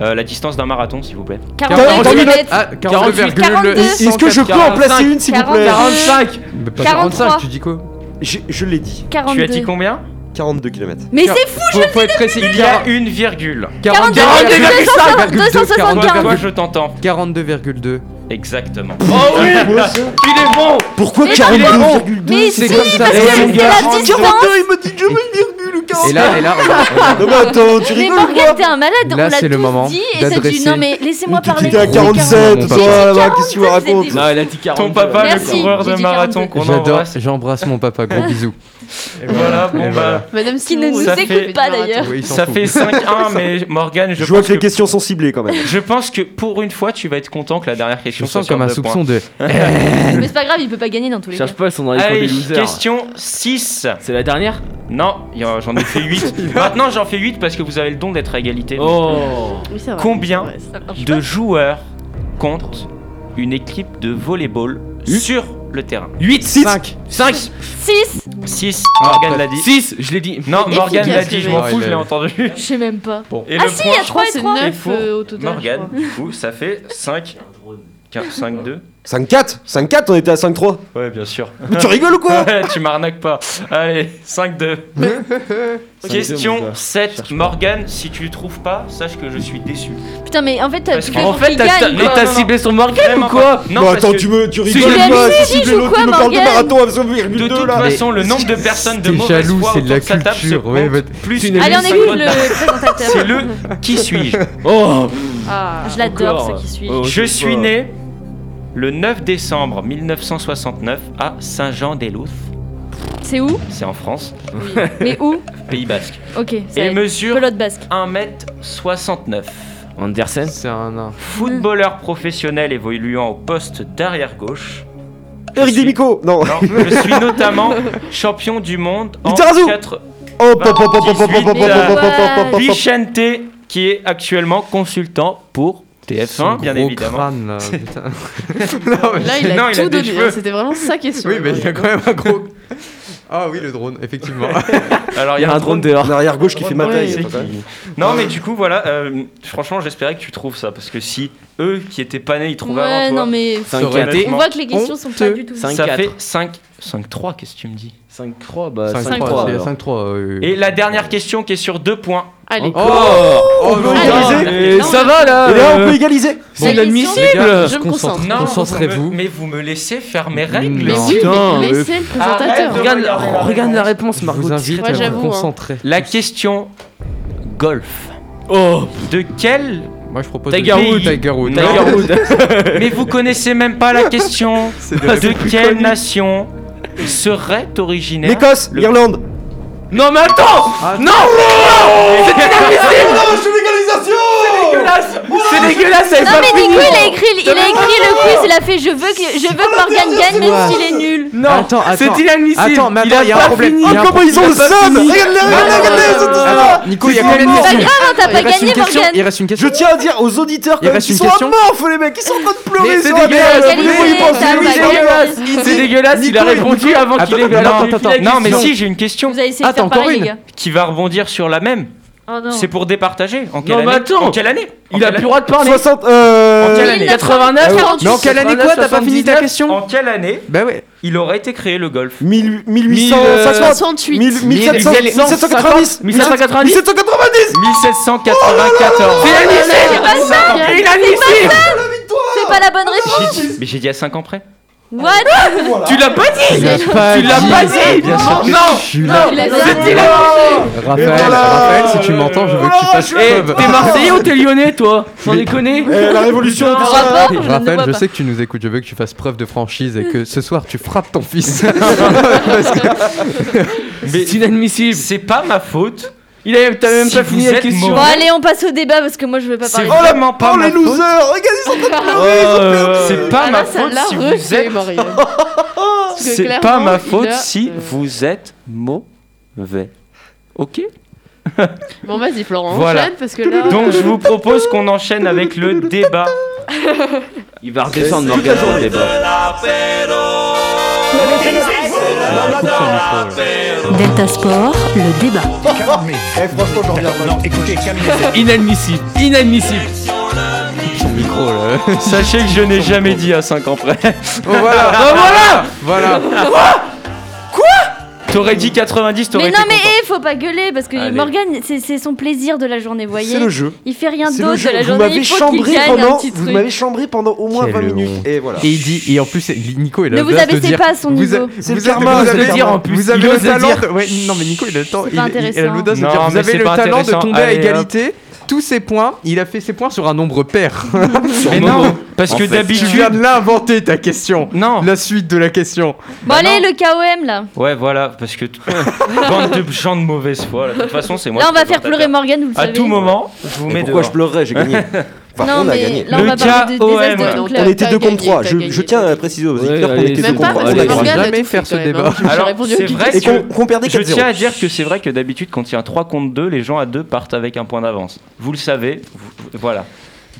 Euh, la distance d'un marathon, s'il vous plaît.
42
42
km.
Ah, 42,2.
42.
Est-ce que je peux en placer une s'il vous plaît
45
Mais pas
43.
45, tu dis quoi
J'ai- Je l'ai dit.
Tu as dit
42.
combien
42 km.
Mais c'est fou,
Faut, faut être précis.
Il y a une virgule.
42,
42,5,
260,
Toi,
42.
toi, je t'entends.
42,2.
Exactement.
Oh oui Il est bon
Pourquoi
Mais
42,2
Mais
C'est
si,
comme ça.
parce
Eh,
que
mon
c'est
gars,
la distance.
il m'a dit je veux une virgule
Et là, et là, regarde.
Non mais attends, tu
Mais
rigoles ou quoi
Morgane, t'es un malade, on
Là,
l'a
c'est le
tous
moment
dit et t'as dit
d'adresser
non mais laissez-moi
Tu
parler.
étais à
gros carreau.
47,
J'ai
toi,
dit
là, qu'est-ce que tu me
42,
racontes
Non,
Non, il a dit euh, 40.
Ton papa,
Merci,
le coureur de
j'ai dit
marathon qu'on
J'adore,
embrasse.
j'embrasse mon papa, gros bisous.
Et voilà, bon
Et voilà.
bah.
Madame
Qui ne
Simon,
nous
ça
écoute
fait-
pas, d'ailleurs.
Oui, il s'en
Ça
fout.
fait 5-1, mais Morgane, je,
Je vois
pense
que les
que,
questions sont ciblées quand même.
je pense que pour une fois, tu vas être content que la dernière
Je
question soit
sens
sur
comme un
deux points.
soupçon de.
Mais c'est pas grave, il peut pas gagner dans tous les cas.
Cherche pas, ils sont dans les camps des
Allez,
losers. hein.
question 6.
C'est la dernière
Non, y a- j'en ai fait 8. Maintenant, j'en fais 8 parce que vous avez le don d'être à égalité.
Oh
Oui, c'est vrai.
Combien
Ouais, c'est-
de joueurs compte une équipe de volleyball sur le terrain
8
5.
5
6
6,
Ah,
Morgane
après,
l'a dit.
6 Je l'ai dit
Non, Morgane l'a
Efficace,
dit,
le
je m'en
mec.
fous, je l'ai
Ouais,
entendu.
Je sais même pas.
Et
Ah
le
si, il
point
y a 3
Je crois que
et
c'est
3.
est
9
pour
euh, au total.
Morgane,
je
du coup, ça fait 5, 5, 2.
5-4 5-4, on était à 5-3.
Ouais, bien sûr.
Mais tu rigoles ou quoi
tu m'arnaques pas. Allez, 5, 2. Question 7. Morgane, si tu trouves pas, sache que je suis déçu.
Putain, mais en fait, t'as
Parce
tout
qu'en
fait
En
pour
fait,
qu'il
t'as- t'as
gagne.
mais
Non,
t'as
non, non.
ciblé son Morgane ou
Vraiment
quoi
Non,
Bon,
parce
attends,
que
tu me tu
Si
rigoles
je
ou
l'ai
quoi
mis,
Si
il
tu
joue
l'autre,
quoi,
tu me parles de
Morgane
marathon à
De
0,2
toute
là.
façon, le nombre de personnes de
T'es
mauvaise
jaloux,
foi
c'est de
autour
la
de sa table se
culture,
compte
ouais, mais-
plus
tu
que
n'es-
Allez, on
les 50.
écoute le présentateur.
C'est le qui suis-je
Oh
Ah.
Je l'adore,
Encore.
ce qui suit.
Oh,
Je
c'est
suis
pas-
né le 9 décembre 1969 à Saint-Jean-des-Louth,
C'est où
c'est en France,
Mais où
Pays Basque,
Ok,
et
c'est
mesure
pelote basque.
1m69.
Andersen
C'est un nain.
Hmm.
Footballeur professionnel évoluant au poste d'arrière gauche.
Eric Demico Non.
Non, je suis notamment champion du monde en
Mitarazou
4
Oh, pop, pop, pop, pop, pop, pop, pop, pop, pop, pop, pop, pop.
Vicente qui est actuellement consultant pour
Son
TF1 Hein, bien
gros
évidemment.
crâne, là, putain. Non, mais-
Là, il a
Non, il a
tout
des
donné.
cheveux.
hein, C'était vraiment sa question.
Oui, mais il y a quand même un gros. Ah oui, le drone, effectivement.
Alors
Il y a un drone
Un
dehors.
arrière gauche qui fait ma
Ouais,
taille.
c'est
c'est pas
qui-
grave.
Non mais du coup voilà, euh, franchement j'espérais que tu trouves ça parce que si eux qui étaient pas nés ils trouvaient
Ouais,
avant toi,
non, mais.
C'est un
Ça aurait
KT.
On voit que les questions sont pas
Honteux.
du tout.
Cinq-
ça
4.
fait 5 5-3, qu'est-ce que tu me dis
5-3, bah
5-3.
5-3.
c'est
alors.
5-3, euh,
Et la dernière question qui est sur deux points.
Allez.
Oh
On peut égaliser
Et ça va là
Et là,
euh,
on peut égaliser
C'est
Bon.
inadmissible
Les gars,
se
Je me concentre.
concentre. Concentrez-vous.
vous me- mais vous me laissez faire mes règles.
Mais
Non.
oui,
Putain,
mais
mais-
laissez le présentateur.
Arrête.
Regarde,
Regardez la
regarde la réponse,
Je vous
Margot.
invite
Moi,
à
j'avoue,
vous
hein.
concentrer.
La question golf.
Oh
De quel
Moi, je propose
Tiger
de-
Woods.
Tiger Woods.
Non.
Tiger Woods.
Mais vous connaissez même pas la question. de quelle nation serait originaire
L'Écosse,
Le-
l'Irlande.
Non mais attends Non
Ah, bah,
Non C'est dégueulasse elle
Non
va
mais du
finir.
coup il a écrit, il a écrit le quiz, il a fait je veux que, je veux que Morgane gagne même s'il est nul.
Non
Attends, attends.
C'est inadmissible
Attends, mais attends,
a
il y a un
pas
problème.
fini.
Il y a un
Ah, Comment ils ont le seum Regarde-les,
non, non,
regardez,
Alors, Nico, il y a combien de
C'est pas
questions
grave, hein, t'as pas
Il reste une
gagné
question.
Morgane.
Il reste une
Je
question.
tiens à dire aux auditeurs
Il
quand même
reste
qu'ils
une
sont à
question.
mort, les mecs, ils sont en train de pleurer.
Mais c'est
ils sont à
dégueulasse.
mort.
Égalisé,
Oui, ils pensent
t'as
que
pas
c'est
gagné.
dégueulasse.
C'est dégueulasse, il a
Nico,
répondu avant
Attends,
qu'il ait
attends,
vraiment
attends,
fini la
attends.
Non mais
question.
si j'ai une question
Vous avez essayé de
Attends,
faire pareil
encore
les
une.
gars.
qui va rebondir sur la même.
Oh non.
C'est pour départager. En quelle
Non, mais
année
attends.
En quelle année En
Il a plus
quelle
le
année
droit de parler
60 euh,
En quelle année
89
48.
Non, quelle année quoi T'as pas fini ta question
En quelle année
Bah ouais.
il aurait été créé le golf
1000 1850
68.
1000 1700 1790
1790
1790
1794.
C'est pas ça
Inadmissible
C'est pas la bonne réponse.
Mais j'ai dit à 5 ans près.
Ah, What
Tu l'as pas dit
Eh, Tu l'as pas
Tu l'as pas dit
Bien sûr que
Non
je suis là.
Il a-
C'est inadmissible
Raphaël,
voilà.
Raphaël, si tu m'entends, Oh, je veux que tu fasses
Eh,
preuve.
t'es Marseillais ou t'es Lyonnais toi Sans
Mais-
déconner
Eh, la révolution
Un
tout ça.
rapport, je ne
Raphaël,
vois
je
pas.
sais que tu nous écoutes, je veux que tu fasses preuve de franchise et que ce soir tu frappes ton fils.
C'est inadmissible
C'est pas ma faute.
Il a t'as même
Si
pas
vous
fini la
êtes
question
Bon allez, on passe au débat parce que moi je veux pas
C'est
parler.
vraiment pas
Oh
ma
les
faute.
losers Regarde ils sont en train de pleurer ils ont perdu.
C'est pas
Ah
ma
là,
faute
celle-là,
si vous
refait,
êtes
Morgane. Parce que
C'est pas
clairement,
ma
il
faute
a,
si
euh,
vous êtes mauvais. Ok
Bon, vas-y, Florent,
Voilà.
enchaîne parce que là.
Donc je vous propose qu'on enchaîne avec le débat.
Il va redescendre Morgan dans le débat.
Delta Sport, le débat.
Eh, franchement, j'en reviens pas.
Inadmissible Inadmissible
micro là.
Sachez que je n'ai jamais dit à 5 ans près.
voilà,
Ah voilà
voilà.
T'aurais dit 90, t'aurais
Mais
été
non mais
content.
eh, faut pas gueuler parce que
Allez.
Morgane c'est c'est son plaisir de la journée, voyez.
C'est le jeu.
Il fait rien
C'est le
d'autre de
jeu.
la
Vous
journée.
m'avez
Il faut qu'il
chambré
gagne un
pendant
petit
vous
truc.
m'avez chambré pendant au moins
Quel
20 minutes
honte.
et voilà.
Et il dit, et en plus, Nico il a
Ne
le
vous
audace de
abaissez
dire-
pas à son
vous
niveau.
a-
C'est le
vous
karma,
avez
c'est
le
le
dire
karma.
en plus.
Vous
Vous
avez
avez
le
le
talent
talent.
de-
Ouais, non mais Nico il a le temps.
C'est
Il,
pas
il- il a
intéressant.
l'audace de
Non,
dire. Vous
mais
avez
c'est
le
pas
talent de
intéressant.
tomber à
Allez, hop.
égalité. Tous ses points, il a fait ses points sur un nombre pair.
Mais non, parce
En
que
fait, tu
tu viens de
d'habitude.
l'inventer ta question.
Non.
La suite de la question.
Bon
Bah
allez le KOM là.
Ouais, voilà, parce que t- bande de gens de mauvaise foi. là. De toute façon, c'est moi.
Là
le
on va faire
présentateur.
pleurer Morgane, vous le
À
savez.
tout moment, je vous
Mais
mets
pourquoi je
dehors.
pleurerais J'ai gagné. Enfin,
Non
on a
mais
gagné.
là on
Le
va parler de
KOM.
désastre de ton
On
club.
On
T'as
était deux
gagné,
contre trois.
t'as
Je,
gagné.
je tiens à préciser aux
Ouais,
auditeurs qu'on
allez,
était deux
Même
c'est
contre
pas
bon,
trois.
parce
On
que
a
allez,
gagné.
Morgane
jamais
a tout
faire
fait
ce
quand même, hein.
débat.
J'ai
Alors,
répondu au
c'est
kick.
vrai
Et qu'on
que
qu'on perdait
je
4-0.
tiens à dire que c'est vrai que d'habitude, quand il y a un 3 contre 2, les gens à 2 partent avec un point d'avance. Vous le savez, vous- voilà.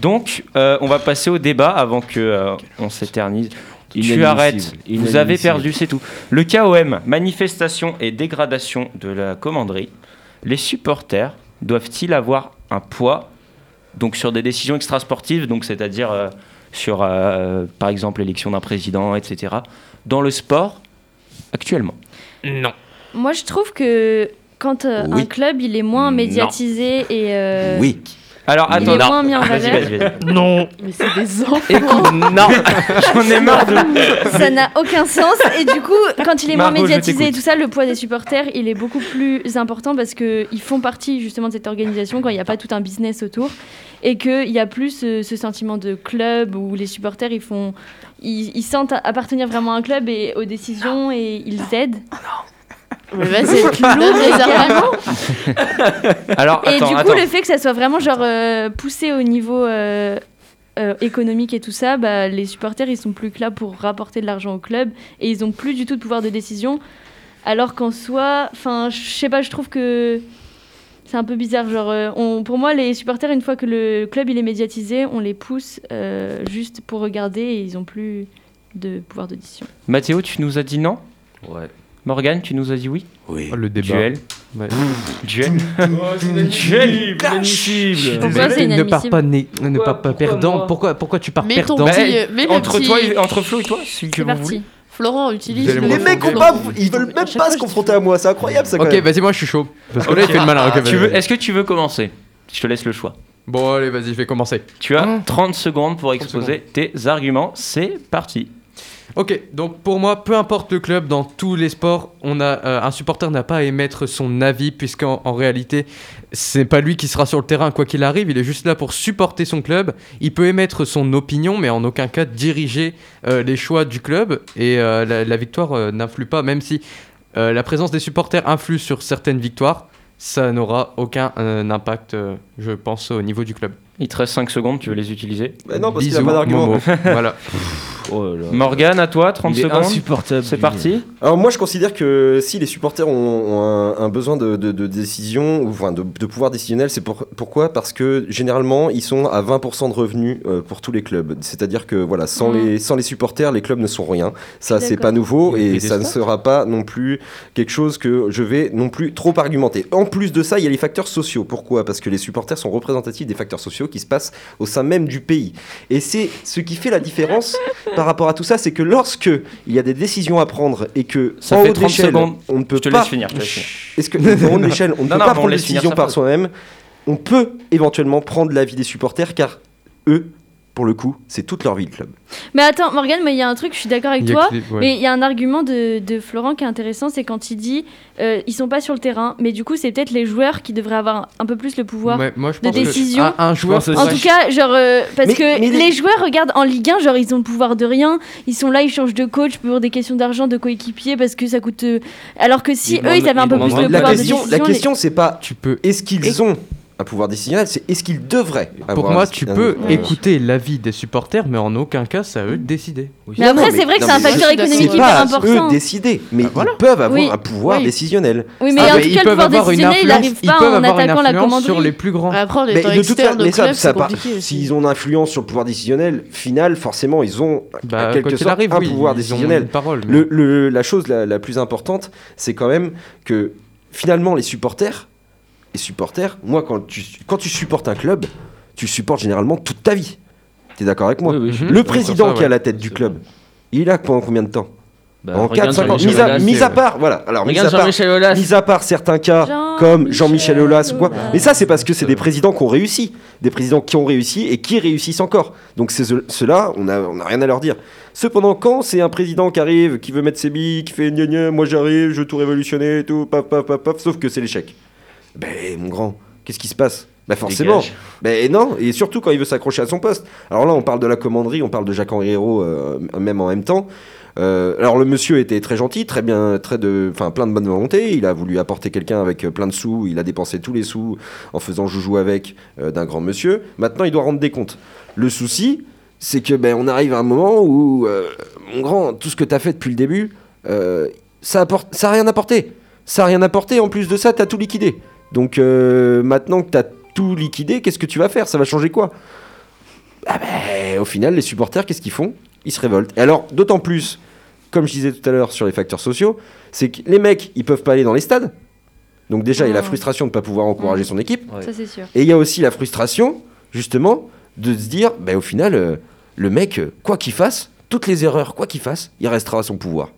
Donc, euh, on va passer au débat avant que euh, on s'éternise. Tu
Inadmissible,
arrêtes. Vous
inadmissible.
avez perdu, c'est tout. Le KOM, manifestation et dégradation de la commanderie. Les supporters doivent-ils avoir un poids donc sur des décisions extrasportives, donc c'est-à-dire euh, sur euh, par exemple l'élection d'un président, etc. Dans le sport actuellement.
Moi, je trouve que quand euh,
Oui.
un club, il est moins
euh, Non.
médiatisé et euh,
Oui.
Alors
il
attends,
est moins mis en
Vas-y,
valeur,
vas-y, vas-y.
Mais c'est des enfants.
Non
J'en ai marre de.
ça n'a aucun sens. Et du coup, quand il est moins
Margot, je
médiatisé et
t'écoute.
tout ça, le poids des supporters, il est beaucoup plus important parce qu'ils font partie justement de cette organisation quand il n'y a pas tout un business autour et qu'il n'y a plus euh, ce, ce sentiment de club où les supporters, ils font... Ils, ils sentent appartenir vraiment à un club et aux décisions et ils aident.
Mais vas-y, donne les arguments.
Alors
Et
attends,
du coup,
attends.
le fait que ça soit vraiment genre euh, poussé au niveau euh, euh, économique et tout ça, bah, les supporters ils sont plus que là pour rapporter de l'argent au club et ils ont plus du tout de pouvoir de décision. Alors qu'en soi, enfin, je sais pas, je trouve que c'est un peu bizarre. Genre, euh, on, pour moi, les supporters, une fois que le club il est médiatisé, on les pousse euh, juste pour regarder et ils ont plus de pouvoir de décision.
Mathéo, tu nous as dit non.
Ouais. Eh ben,
Morgane, tu nous as dit oui.
Oui.
Oh, Le débat.
Duel.
Ouais.
Duel.
Oh,
Duel. Inadmissible.
Pourquoi c'est
ne pars
inadmissible
pas, né- ne
Pourquoi-
pars pas
pourquoi
perdant.
moi
Pourquoi, pourquoi tu pars
Mets ton
perdant
petit. euh, Mets le
Entre
petit-
toi, et- entre Flo et toi, si que
C'est
vous voulez.
parti.
Florent utilise
Vous allez
le
me
Les
mot
mecs, ont
dans-
pas, ils veulent
à
même
chaque
pas
fois,
se
je-
confronter à moi, c'est incroyable ça. Quand
Ok,
même.
vas-y, moi je suis chaud. Parce que là, il fait le malin. ok,
Tu
vas-y.
veux- Est-ce que tu veux commencer Je te laisse le choix.
Bon, allez, vas-y, je vais commencer.
Tu as
Ah.
30 secondes pour
30
exposer tes arguments. C'est parti.
Ok, donc pour moi, peu importe le club, dans tous les sports, on a, euh, un supporter n'a pas à émettre son avis, puisqu'en en réalité, c'est pas lui qui sera sur le terrain quoi qu'il arrive, il est juste là pour supporter son club. Il peut émettre son opinion, mais en aucun cas diriger euh, les choix du club, et euh, la, la victoire euh, n'influe pas, même si euh, la présence des supporters influe sur certaines victoires, ça n'aura aucun euh, impact, euh, je pense, au niveau du club.
Il te reste 5 secondes, tu veux les utiliser
Mais Bah non, parce qu'il a
Bisous,
pas d'argument.
Momo. voilà.
Oh là là.
Morgane, à toi, 30
Il est
secondes.
insupportable.
C'est
lui.
parti.
Alors moi je considère que si les supporters ont, ont un, un besoin de, de- de décision, ou enfin de, de pouvoir décisionnel, c'est pour- pourquoi Parce que généralement ils sont à 20% de revenus euh, pour tous les clubs. C'est-à-dire que voilà, sans,
Mhm.
les, sans les supporters, les clubs ne sont rien. Ça
Je suis
c'est
d'accord.
pas nouveau
Il y a
et
des
ça ne
stats.
sera pas non plus quelque chose que je vais non plus trop argumenter. En plus de ça, il y a les facteurs sociaux. Pourquoi Parce que les supporters sont représentatifs des facteurs sociaux qui se passent au sein même du pays. Et c'est ce qui fait la différence par rapport à tout ça, c'est que lorsque il y a des décisions à prendre et que
Ça
en
fait
haut de
30
l'échelle,
secondes.
on ne peut
Je te
pas,
laisse finir. je te laisse finir.
est-ce que en haut de l'échelle, on ne
Non,
peut
non,
pas
mais on
prendre des
laisse finir
décisions
sa
par
phrase.
soi-même On peut éventuellement prendre l'avis des supporters, car eux, pour le coup, c'est toute leur vie le club.
Mais attends, Morgane, mais il y a un truc, je suis d'accord avec
Il y a
toi.
que des- ouais.
Mais il y a un argument de, de Florent qui est intéressant, c'est quand il dit euh, ils sont pas sur le terrain, mais du coup c'est peut-être les joueurs qui devraient avoir un- un peu plus le pouvoir.
Ouais, moi, je
de
pense que
décision.
un- un joueur
pense aussi.
En
Ouais.
tout cas, genre euh, parce
Mais-
que
mais
les...
les-
joueurs regardent en Ligue 1, genre ils ont le pouvoir de rien, ils sont là, ils changent de coach pour des questions d'argent, de coéquipiers parce que ça coûte. euh, Alors que si
Ils
eux ils
demandent-
avaient un
ils
peu plus
demandent-
de
La
pouvoir de
question,
décision,
la
les-
question, c'est pas
tu peux
est-ce qu'ils ont un pouvoir décisionnel, c'est est-ce qu'ils devraient.
Pour
avoir un-
moi, tu
un-
peux
un-
écouter l'avis des supporters, mais en aucun cas, c'est à eux de décider.
Mais
Non, non,
après c'est vrai que
non,
c'est un
mais
facteur
je suis
économique
C'est
d'accord.
hyper
pas à eux
important.
décider, mais
Bah voilà.
ils peuvent avoir
Oui.
un pouvoir
Oui.
décisionnel.
Oui, mais
Ah,
en
mais
tout
ils
cas le
peuvent
pouvoir
avoir une
décisionnel il
influence-
arrive
ils peuvent
pas en
avoir une
attaquant la
influence sur les
commanderie. Ah.
plus grands.
Après, en
Mais
étant
de toute façon,
externe
mais
au
ça-
club,
ça
c'est
part-
compliqué aussi.
S'ils ont l'influence sur le pouvoir décisionnel, final, forcément, ils ont
Bah,
en
quoi
quelque
qu'il
sorte
arrive,
un
oui,
pouvoir
ils ont Mm.
décisionnel.
une parole. mais-
Le- le- la chose la, la plus importante, c'est quand même que finalement les supporters, les supporters, moi quand tu, quand tu supportes un club, tu supportes généralement toute ta vie. T'es d'accord avec moi
Oui, oui, je-
Mmh.
Mhm.
Le
sur
président
ça,
qui est à
ouais.
la tête du club, il est là pendant combien de temps
Bah,
En
regarde
4, 5 ans
Jean-Michel
Mis à,
Aulas,
mis à
euh.
c'est-
part, voilà. Alors, mis à
Regarde
part,
Jean-Michel Aulas.
mis à part certains cas
Jean-Michel
comme Jean-Michel Aulas ou quoi.
Aulas.
Mais ça, c'est parce que c'est des présidents qui ont réussi. Des présidents qui ont réussi et qui réussissent encore. Donc c'est ce- ceux-là, on n'a on a rien à leur dire. Cependant, quand c'est un président qui arrive, qui veut mettre ses billes, qui fait gna gna, moi j'arrive, je veux tout révolutionner, et tout, paf, paf, paf, paf, sauf que c'est l'échec. Ben, mon grand, qu'est-ce qui se passe ben forcément.
Dégage.
Ben non, et surtout quand il veut s'accrocher à son poste. Alors là, on parle de la commanderie, on parle de Jacques Henriero euh, même en même temps. Euh, alors le monsieur était très gentil, très bien, très de, enfin plein de bonne volonté. Il a voulu apporter quelqu'un avec euh, plein de sous. Il a dépensé tous les sous en faisant joujou avec euh, d'un grand monsieur. Maintenant, il doit rendre des comptes. Le souci, c'est que ben on arrive à un moment où euh, mon grand, tout ce que t'as fait depuis le début, euh, ça apporte, ça a rien apporté. Ça a rien apporté. En plus de ça, t'as tout liquidé. Donc euh, maintenant que t'as tout liquidé, qu'est-ce que tu vas faire Ça va changer quoi Ah ben, au final, les supporters, qu'est-ce qu'ils font Ils se révoltent. Et alors, d'autant plus, comme je disais tout à l'heure sur les facteurs sociaux, c'est que les mecs, ils peuvent pas aller dans les stades. Donc déjà, il y a la
Ah.
frustration de ne pas pouvoir encourager
Mm.
son équipe.
Ça c'est sûr.
Et il y a aussi la frustration, justement, de se dire, ben au final, euh, le mec, euh, quoi qu'il fasse, toutes les erreurs, quoi qu'il fasse, il restera à son pouvoir.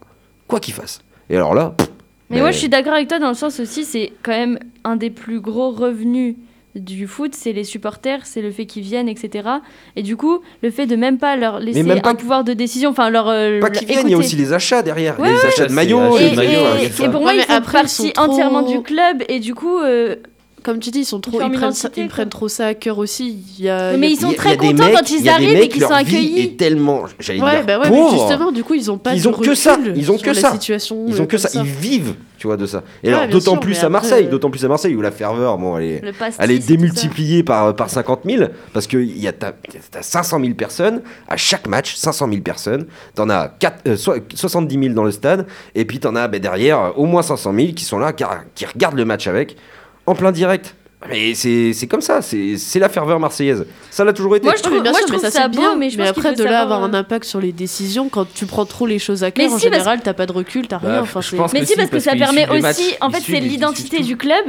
Quoi qu'il fasse. Et alors là, pff,
Mais, moi, je suis d'accord avec toi dans le sens aussi, c'est quand même un des plus gros revenus du foot, c'est les supporters, c'est le fait qu'ils viennent, etc. Et du coup, le fait de même pas leur laisser
même pas
un
qu'-
pouvoir de décision, enfin leur euh,
pas
leur-
qu'il vienne, il y a
écouter.
aussi les achats derrière.
Ouais,
les
ouais.
achats de
Ça,
maillots,
c'est-
les
et,
maillots,
et-
hein,
et
tout ça.
pour moi,
Ouais,
ils
Ah, mais
font
après, ils
partie
sont trop-
entièrement du club et du coup, euh,
Comme tu dis, ils sont trop,
Ils
ils
forment une
prennent, ça,
identité,
ils
quoi.
prennent trop ça à cœur aussi. Il y a,
Mais
il y
ils
a-
sont
Il Euh, y a-
très
il y a des
contents
mecs-
quand ils
il y a des
arrivent et
mecs,
qu'ils
leur
sont
vie
accueillis.
est tellement, j'allais
Ouais,
dire,
bah ouais, mais
pauvre.
justement, du coup, ils ont pas
Ils
de
ont que
recul
ça, ils ont
sur
que
la
ça.
situation,
Ils
euh,
ont que
comme
ça, ils vivent, tu vois, de ça. Et
Ouais,
alors
bien
d'autant
sûr,
plus
mais
à
après,
Marseille,
euh,
d'autant plus à Marseille où la ferveur, bon, elle est,
le pastis,
elle est
tout ça.
démultipliée par, par 50 000 parce que il y a t'as, t'as 500 000 personnes à chaque match, 500 000 personnes. T'en as quatre- euh, so- 70 000 dans le stade et puis t'en as ben, derrière euh, au moins 500 000 qui sont là, qui, qui regardent le match avec en plein direct. Mais c'est c'est comme ça, c'est c'est la ferveur marseillaise. Ça l'a toujours été.
Moi, je trouve,
mais bien
moi,
sûr,
je trouve
mais
ça,
c'est
beau,
bien,
mais je pense qu'il
après
faut
de là
savoir,
avoir un
euh,
impact sur les décisions quand tu prends trop les choses à cœur
Mais
en
si, parce
général t'as pas de recul t'as rien
Bah,
enfin
je
c'est-
pense
Mais
que
si,
si,
parce que
parce
ça
qu'ils
permet
suivent les
aussi,
matchs,
en
ils
fait,
suivent,
c'est
ils- ils
l'identité
suivent
du club.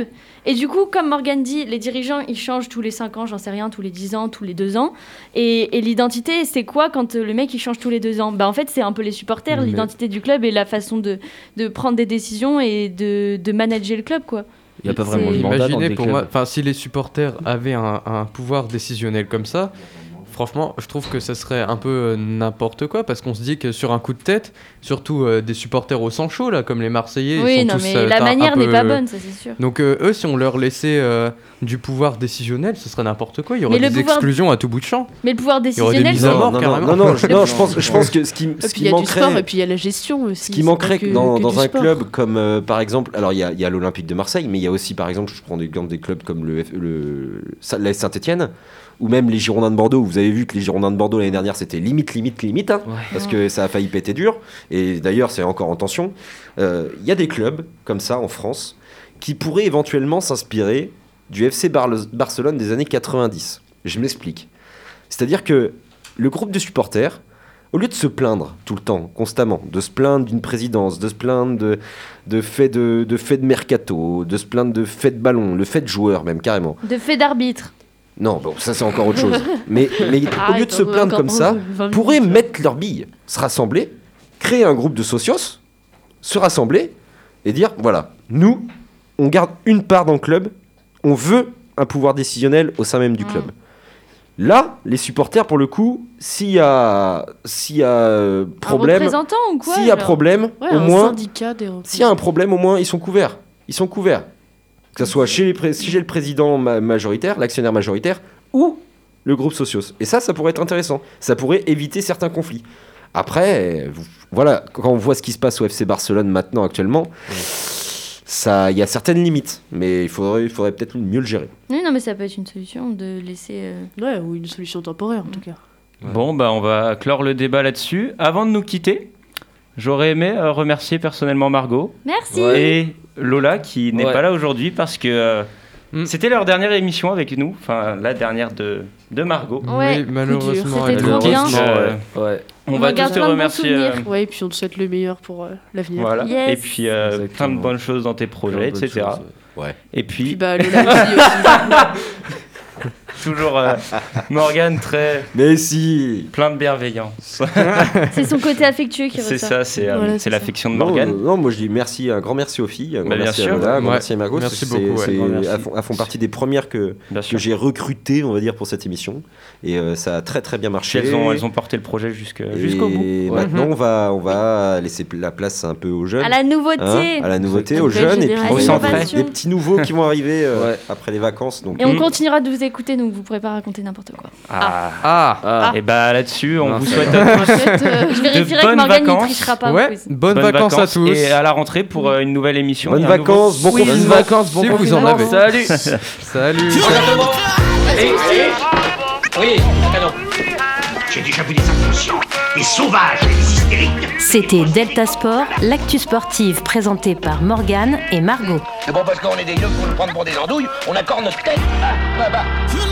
Et du coup, comme Morgan dit, les dirigeants, ils changent tous les 5 ans, j'en sais rien, tous les 10 ans, tous les 2 ans. Et, et l'identité, c'est quoi quand euh, le mec, il change tous les 2 ans Bah en fait, c'est un peu les supporters,
Mais-
l'identité du club et la façon de, de prendre des décisions et de, de manager le club, quoi.
Il n'y a pas vraiment de
C'est-
mandat dans
Imaginez
des
pour
clubs.
moi, enfin si les supporters avaient un, un pouvoir décisionnel comme ça, franchement, je trouve que ça serait un peu euh, n'importe quoi parce qu'on se dit que sur un coup de tête, surtout euh, des supporters au sang chaud là, comme les Marseillais, ils
oui,
sont
non,
tous,
mais
euh,
la
un- un
manière n'est
peu-
pas bonne, ça c'est sûr.
Donc euh, eux, si on leur laissait euh, du pouvoir décisionnel, ce serait n'importe quoi. Il y aurait
Mais le
des
pouvoir-
exclusions à tout bout de champ.
Mais le pouvoir
y aurait des
décisionnel,
mises à
c'est-
mort.
non, non, non,
carrément.
non, non, je, non, je pense, je pense que ce qui,
et
ce
puis
qui
il y a du
manquerait,
sport et puis il y a la gestion aussi
ce
c'est
qui
pas
manquerait
que-
dans,
que
dans
du
un
sport.
club comme euh, par exemple, alors il y a, il y a l'Olympique de Marseille, mais il y a aussi par exemple, je prends des exemples des clubs comme le, F- le Sa- la Saint-Etienne ou même les Girondins de Bordeaux. où Vous avez vu que les Girondins de Bordeaux l'année dernière c'était limite, limite, limite, hein, parce que ça a failli péter dur. Et d'ailleurs c'est encore en tension. Euh, Il y a des clubs comme ça en France qui pourraient éventuellement s'inspirer du FC Barle- Barcelone des années 90. Je m'explique. C'est-à-dire que le groupe de supporters, au lieu de se plaindre tout le temps, constamment, de se plaindre d'une présidence, de se plaindre de, de faits de, de, faits de mercato, de se plaindre de faits de ballon, le fait de joueur même carrément.
de fait d'arbitre.
Non, bon, ça c'est encore autre chose. mais mais au lieu de
Arrête,
se
on va
plaindre
Ah, encore
comme ça,
prendre 20 minutes.
pourraient mettre leurs billes, se rassembler, créer un groupe de socios, se rassembler et dire voilà, nous, on garde une part dans le club, on veut un pouvoir décisionnel au sein même du
Mm.
club. Là, les supporters, pour le coup, s'il y a, s'il y a euh,
Un
problème,
représentant ou quoi
s'il y a
genre
problème,
ouais,
au
un
moins,
syndicat des
s'il y a un problème, au moins, ils sont couverts. Ils sont couverts. Que ce soit chez, les pré- chez le président ma- majoritaire, l'actionnaire majoritaire, ou le groupe Socios. Et ça, ça pourrait être intéressant. Ça pourrait éviter certains conflits. Après, euh, vous- voilà, quand on voit ce qui se passe au FC Barcelone maintenant, actuellement, ça, il y a certaines limites. Mais il faudrait, il faudrait peut-être mieux le gérer.
Oui, non, mais ça peut être une solution de laisser. euh,
ouais ou une solution temporaire en tout
Mm.
cas
Bon, bah, on va clore le débat là-dessus. Avant de nous quitter, j'aurais aimé euh, remercier personnellement Margot
Merci
et Lola qui n'est
Ouais.
pas là aujourd'hui parce que euh,
Mm.
c'était leur dernière émission avec nous, enfin la dernière de, de Margot.
Ouais,
Oui, malheureusement,
C'était
elle
trop
Donc,
est-
bien.
euh,
Ouais.
on,
On
va
garde
tous te
plein de bons
remercier.
souvenirs.
euh,
ouais et puis on te souhaite le meilleur pour euh, l'avenir
Voilà.
Yes.
Et puis euh, plein de
Exactement.
bonnes choses dans tes projets,
Plein de bonnes
etc.
choses, ouais.
Et
puis
puis
bah le lundi aussi.
toujours euh, Morgane très
Mais si
plein de bienveillance.
C'est son côté affectueux qui
c'est
ressort.
ça, c'est euh,
Voilà,
c'est
c'est
l'affection de
Non,
Morgane.
euh, Non, moi je dis merci, un grand merci aux filles, un grand
Bah, bien
merci
sûr.
à Lola, un grand
Ouais.
merci à Margot. C'est-
Merci beaucoup, ouais.
c'est-
Grand merci.
elles font- elles font partie des premières que,
euh,
Bien
que
sûr.
j'ai recruté, on va dire, pour cette émission. Et euh, ça a très très bien marché.
Elles ont, elles ont porté le projet jusque-
Et
jusqu'au bout.
maintenant, on, va, on va laisser la place un peu aux jeunes.
À la nouveauté
hein, à la nouveauté,
Une
aux
belle
jeunes. Et puis,
génération.
il y
Au
a
centre.
des- des petits nouveaux qui vont arriver euh, après les vacances. Donc,
Et on
Mm.
continuera de vous écouter, donc vous pourrez pas raconter n'importe quoi.
Ah.
Ah,
Ah,
Et bah là-dessus, on
Non,
vous
c'est
souhaite
vrai.
à
En fait, euh,
Je vérifierai que
bonnes
Morgane n'y
vacances.
trichera pas. au
ouais,
quiz.
bonnes, vacances, à tous.
et à la rentrée pour euh, une nouvelle émission.
bonnes
et un nouveau-
vacances, bon
Oui, bonnes
confinement.
vacances, bon
Si vous en
confinement.
avez.
Salut
Salut.
Et, et, oui, ah non.
J'ai déjà vu des inconscients, des sauvages et des hystériques.
C'était Delta Sport, l'actu sportive présentée par Morgane et Margot.
C'est bon parce qu'on est des yeux pour nous prendre pour des andouilles, on accorde notre tête. Ah, bah, bah.
You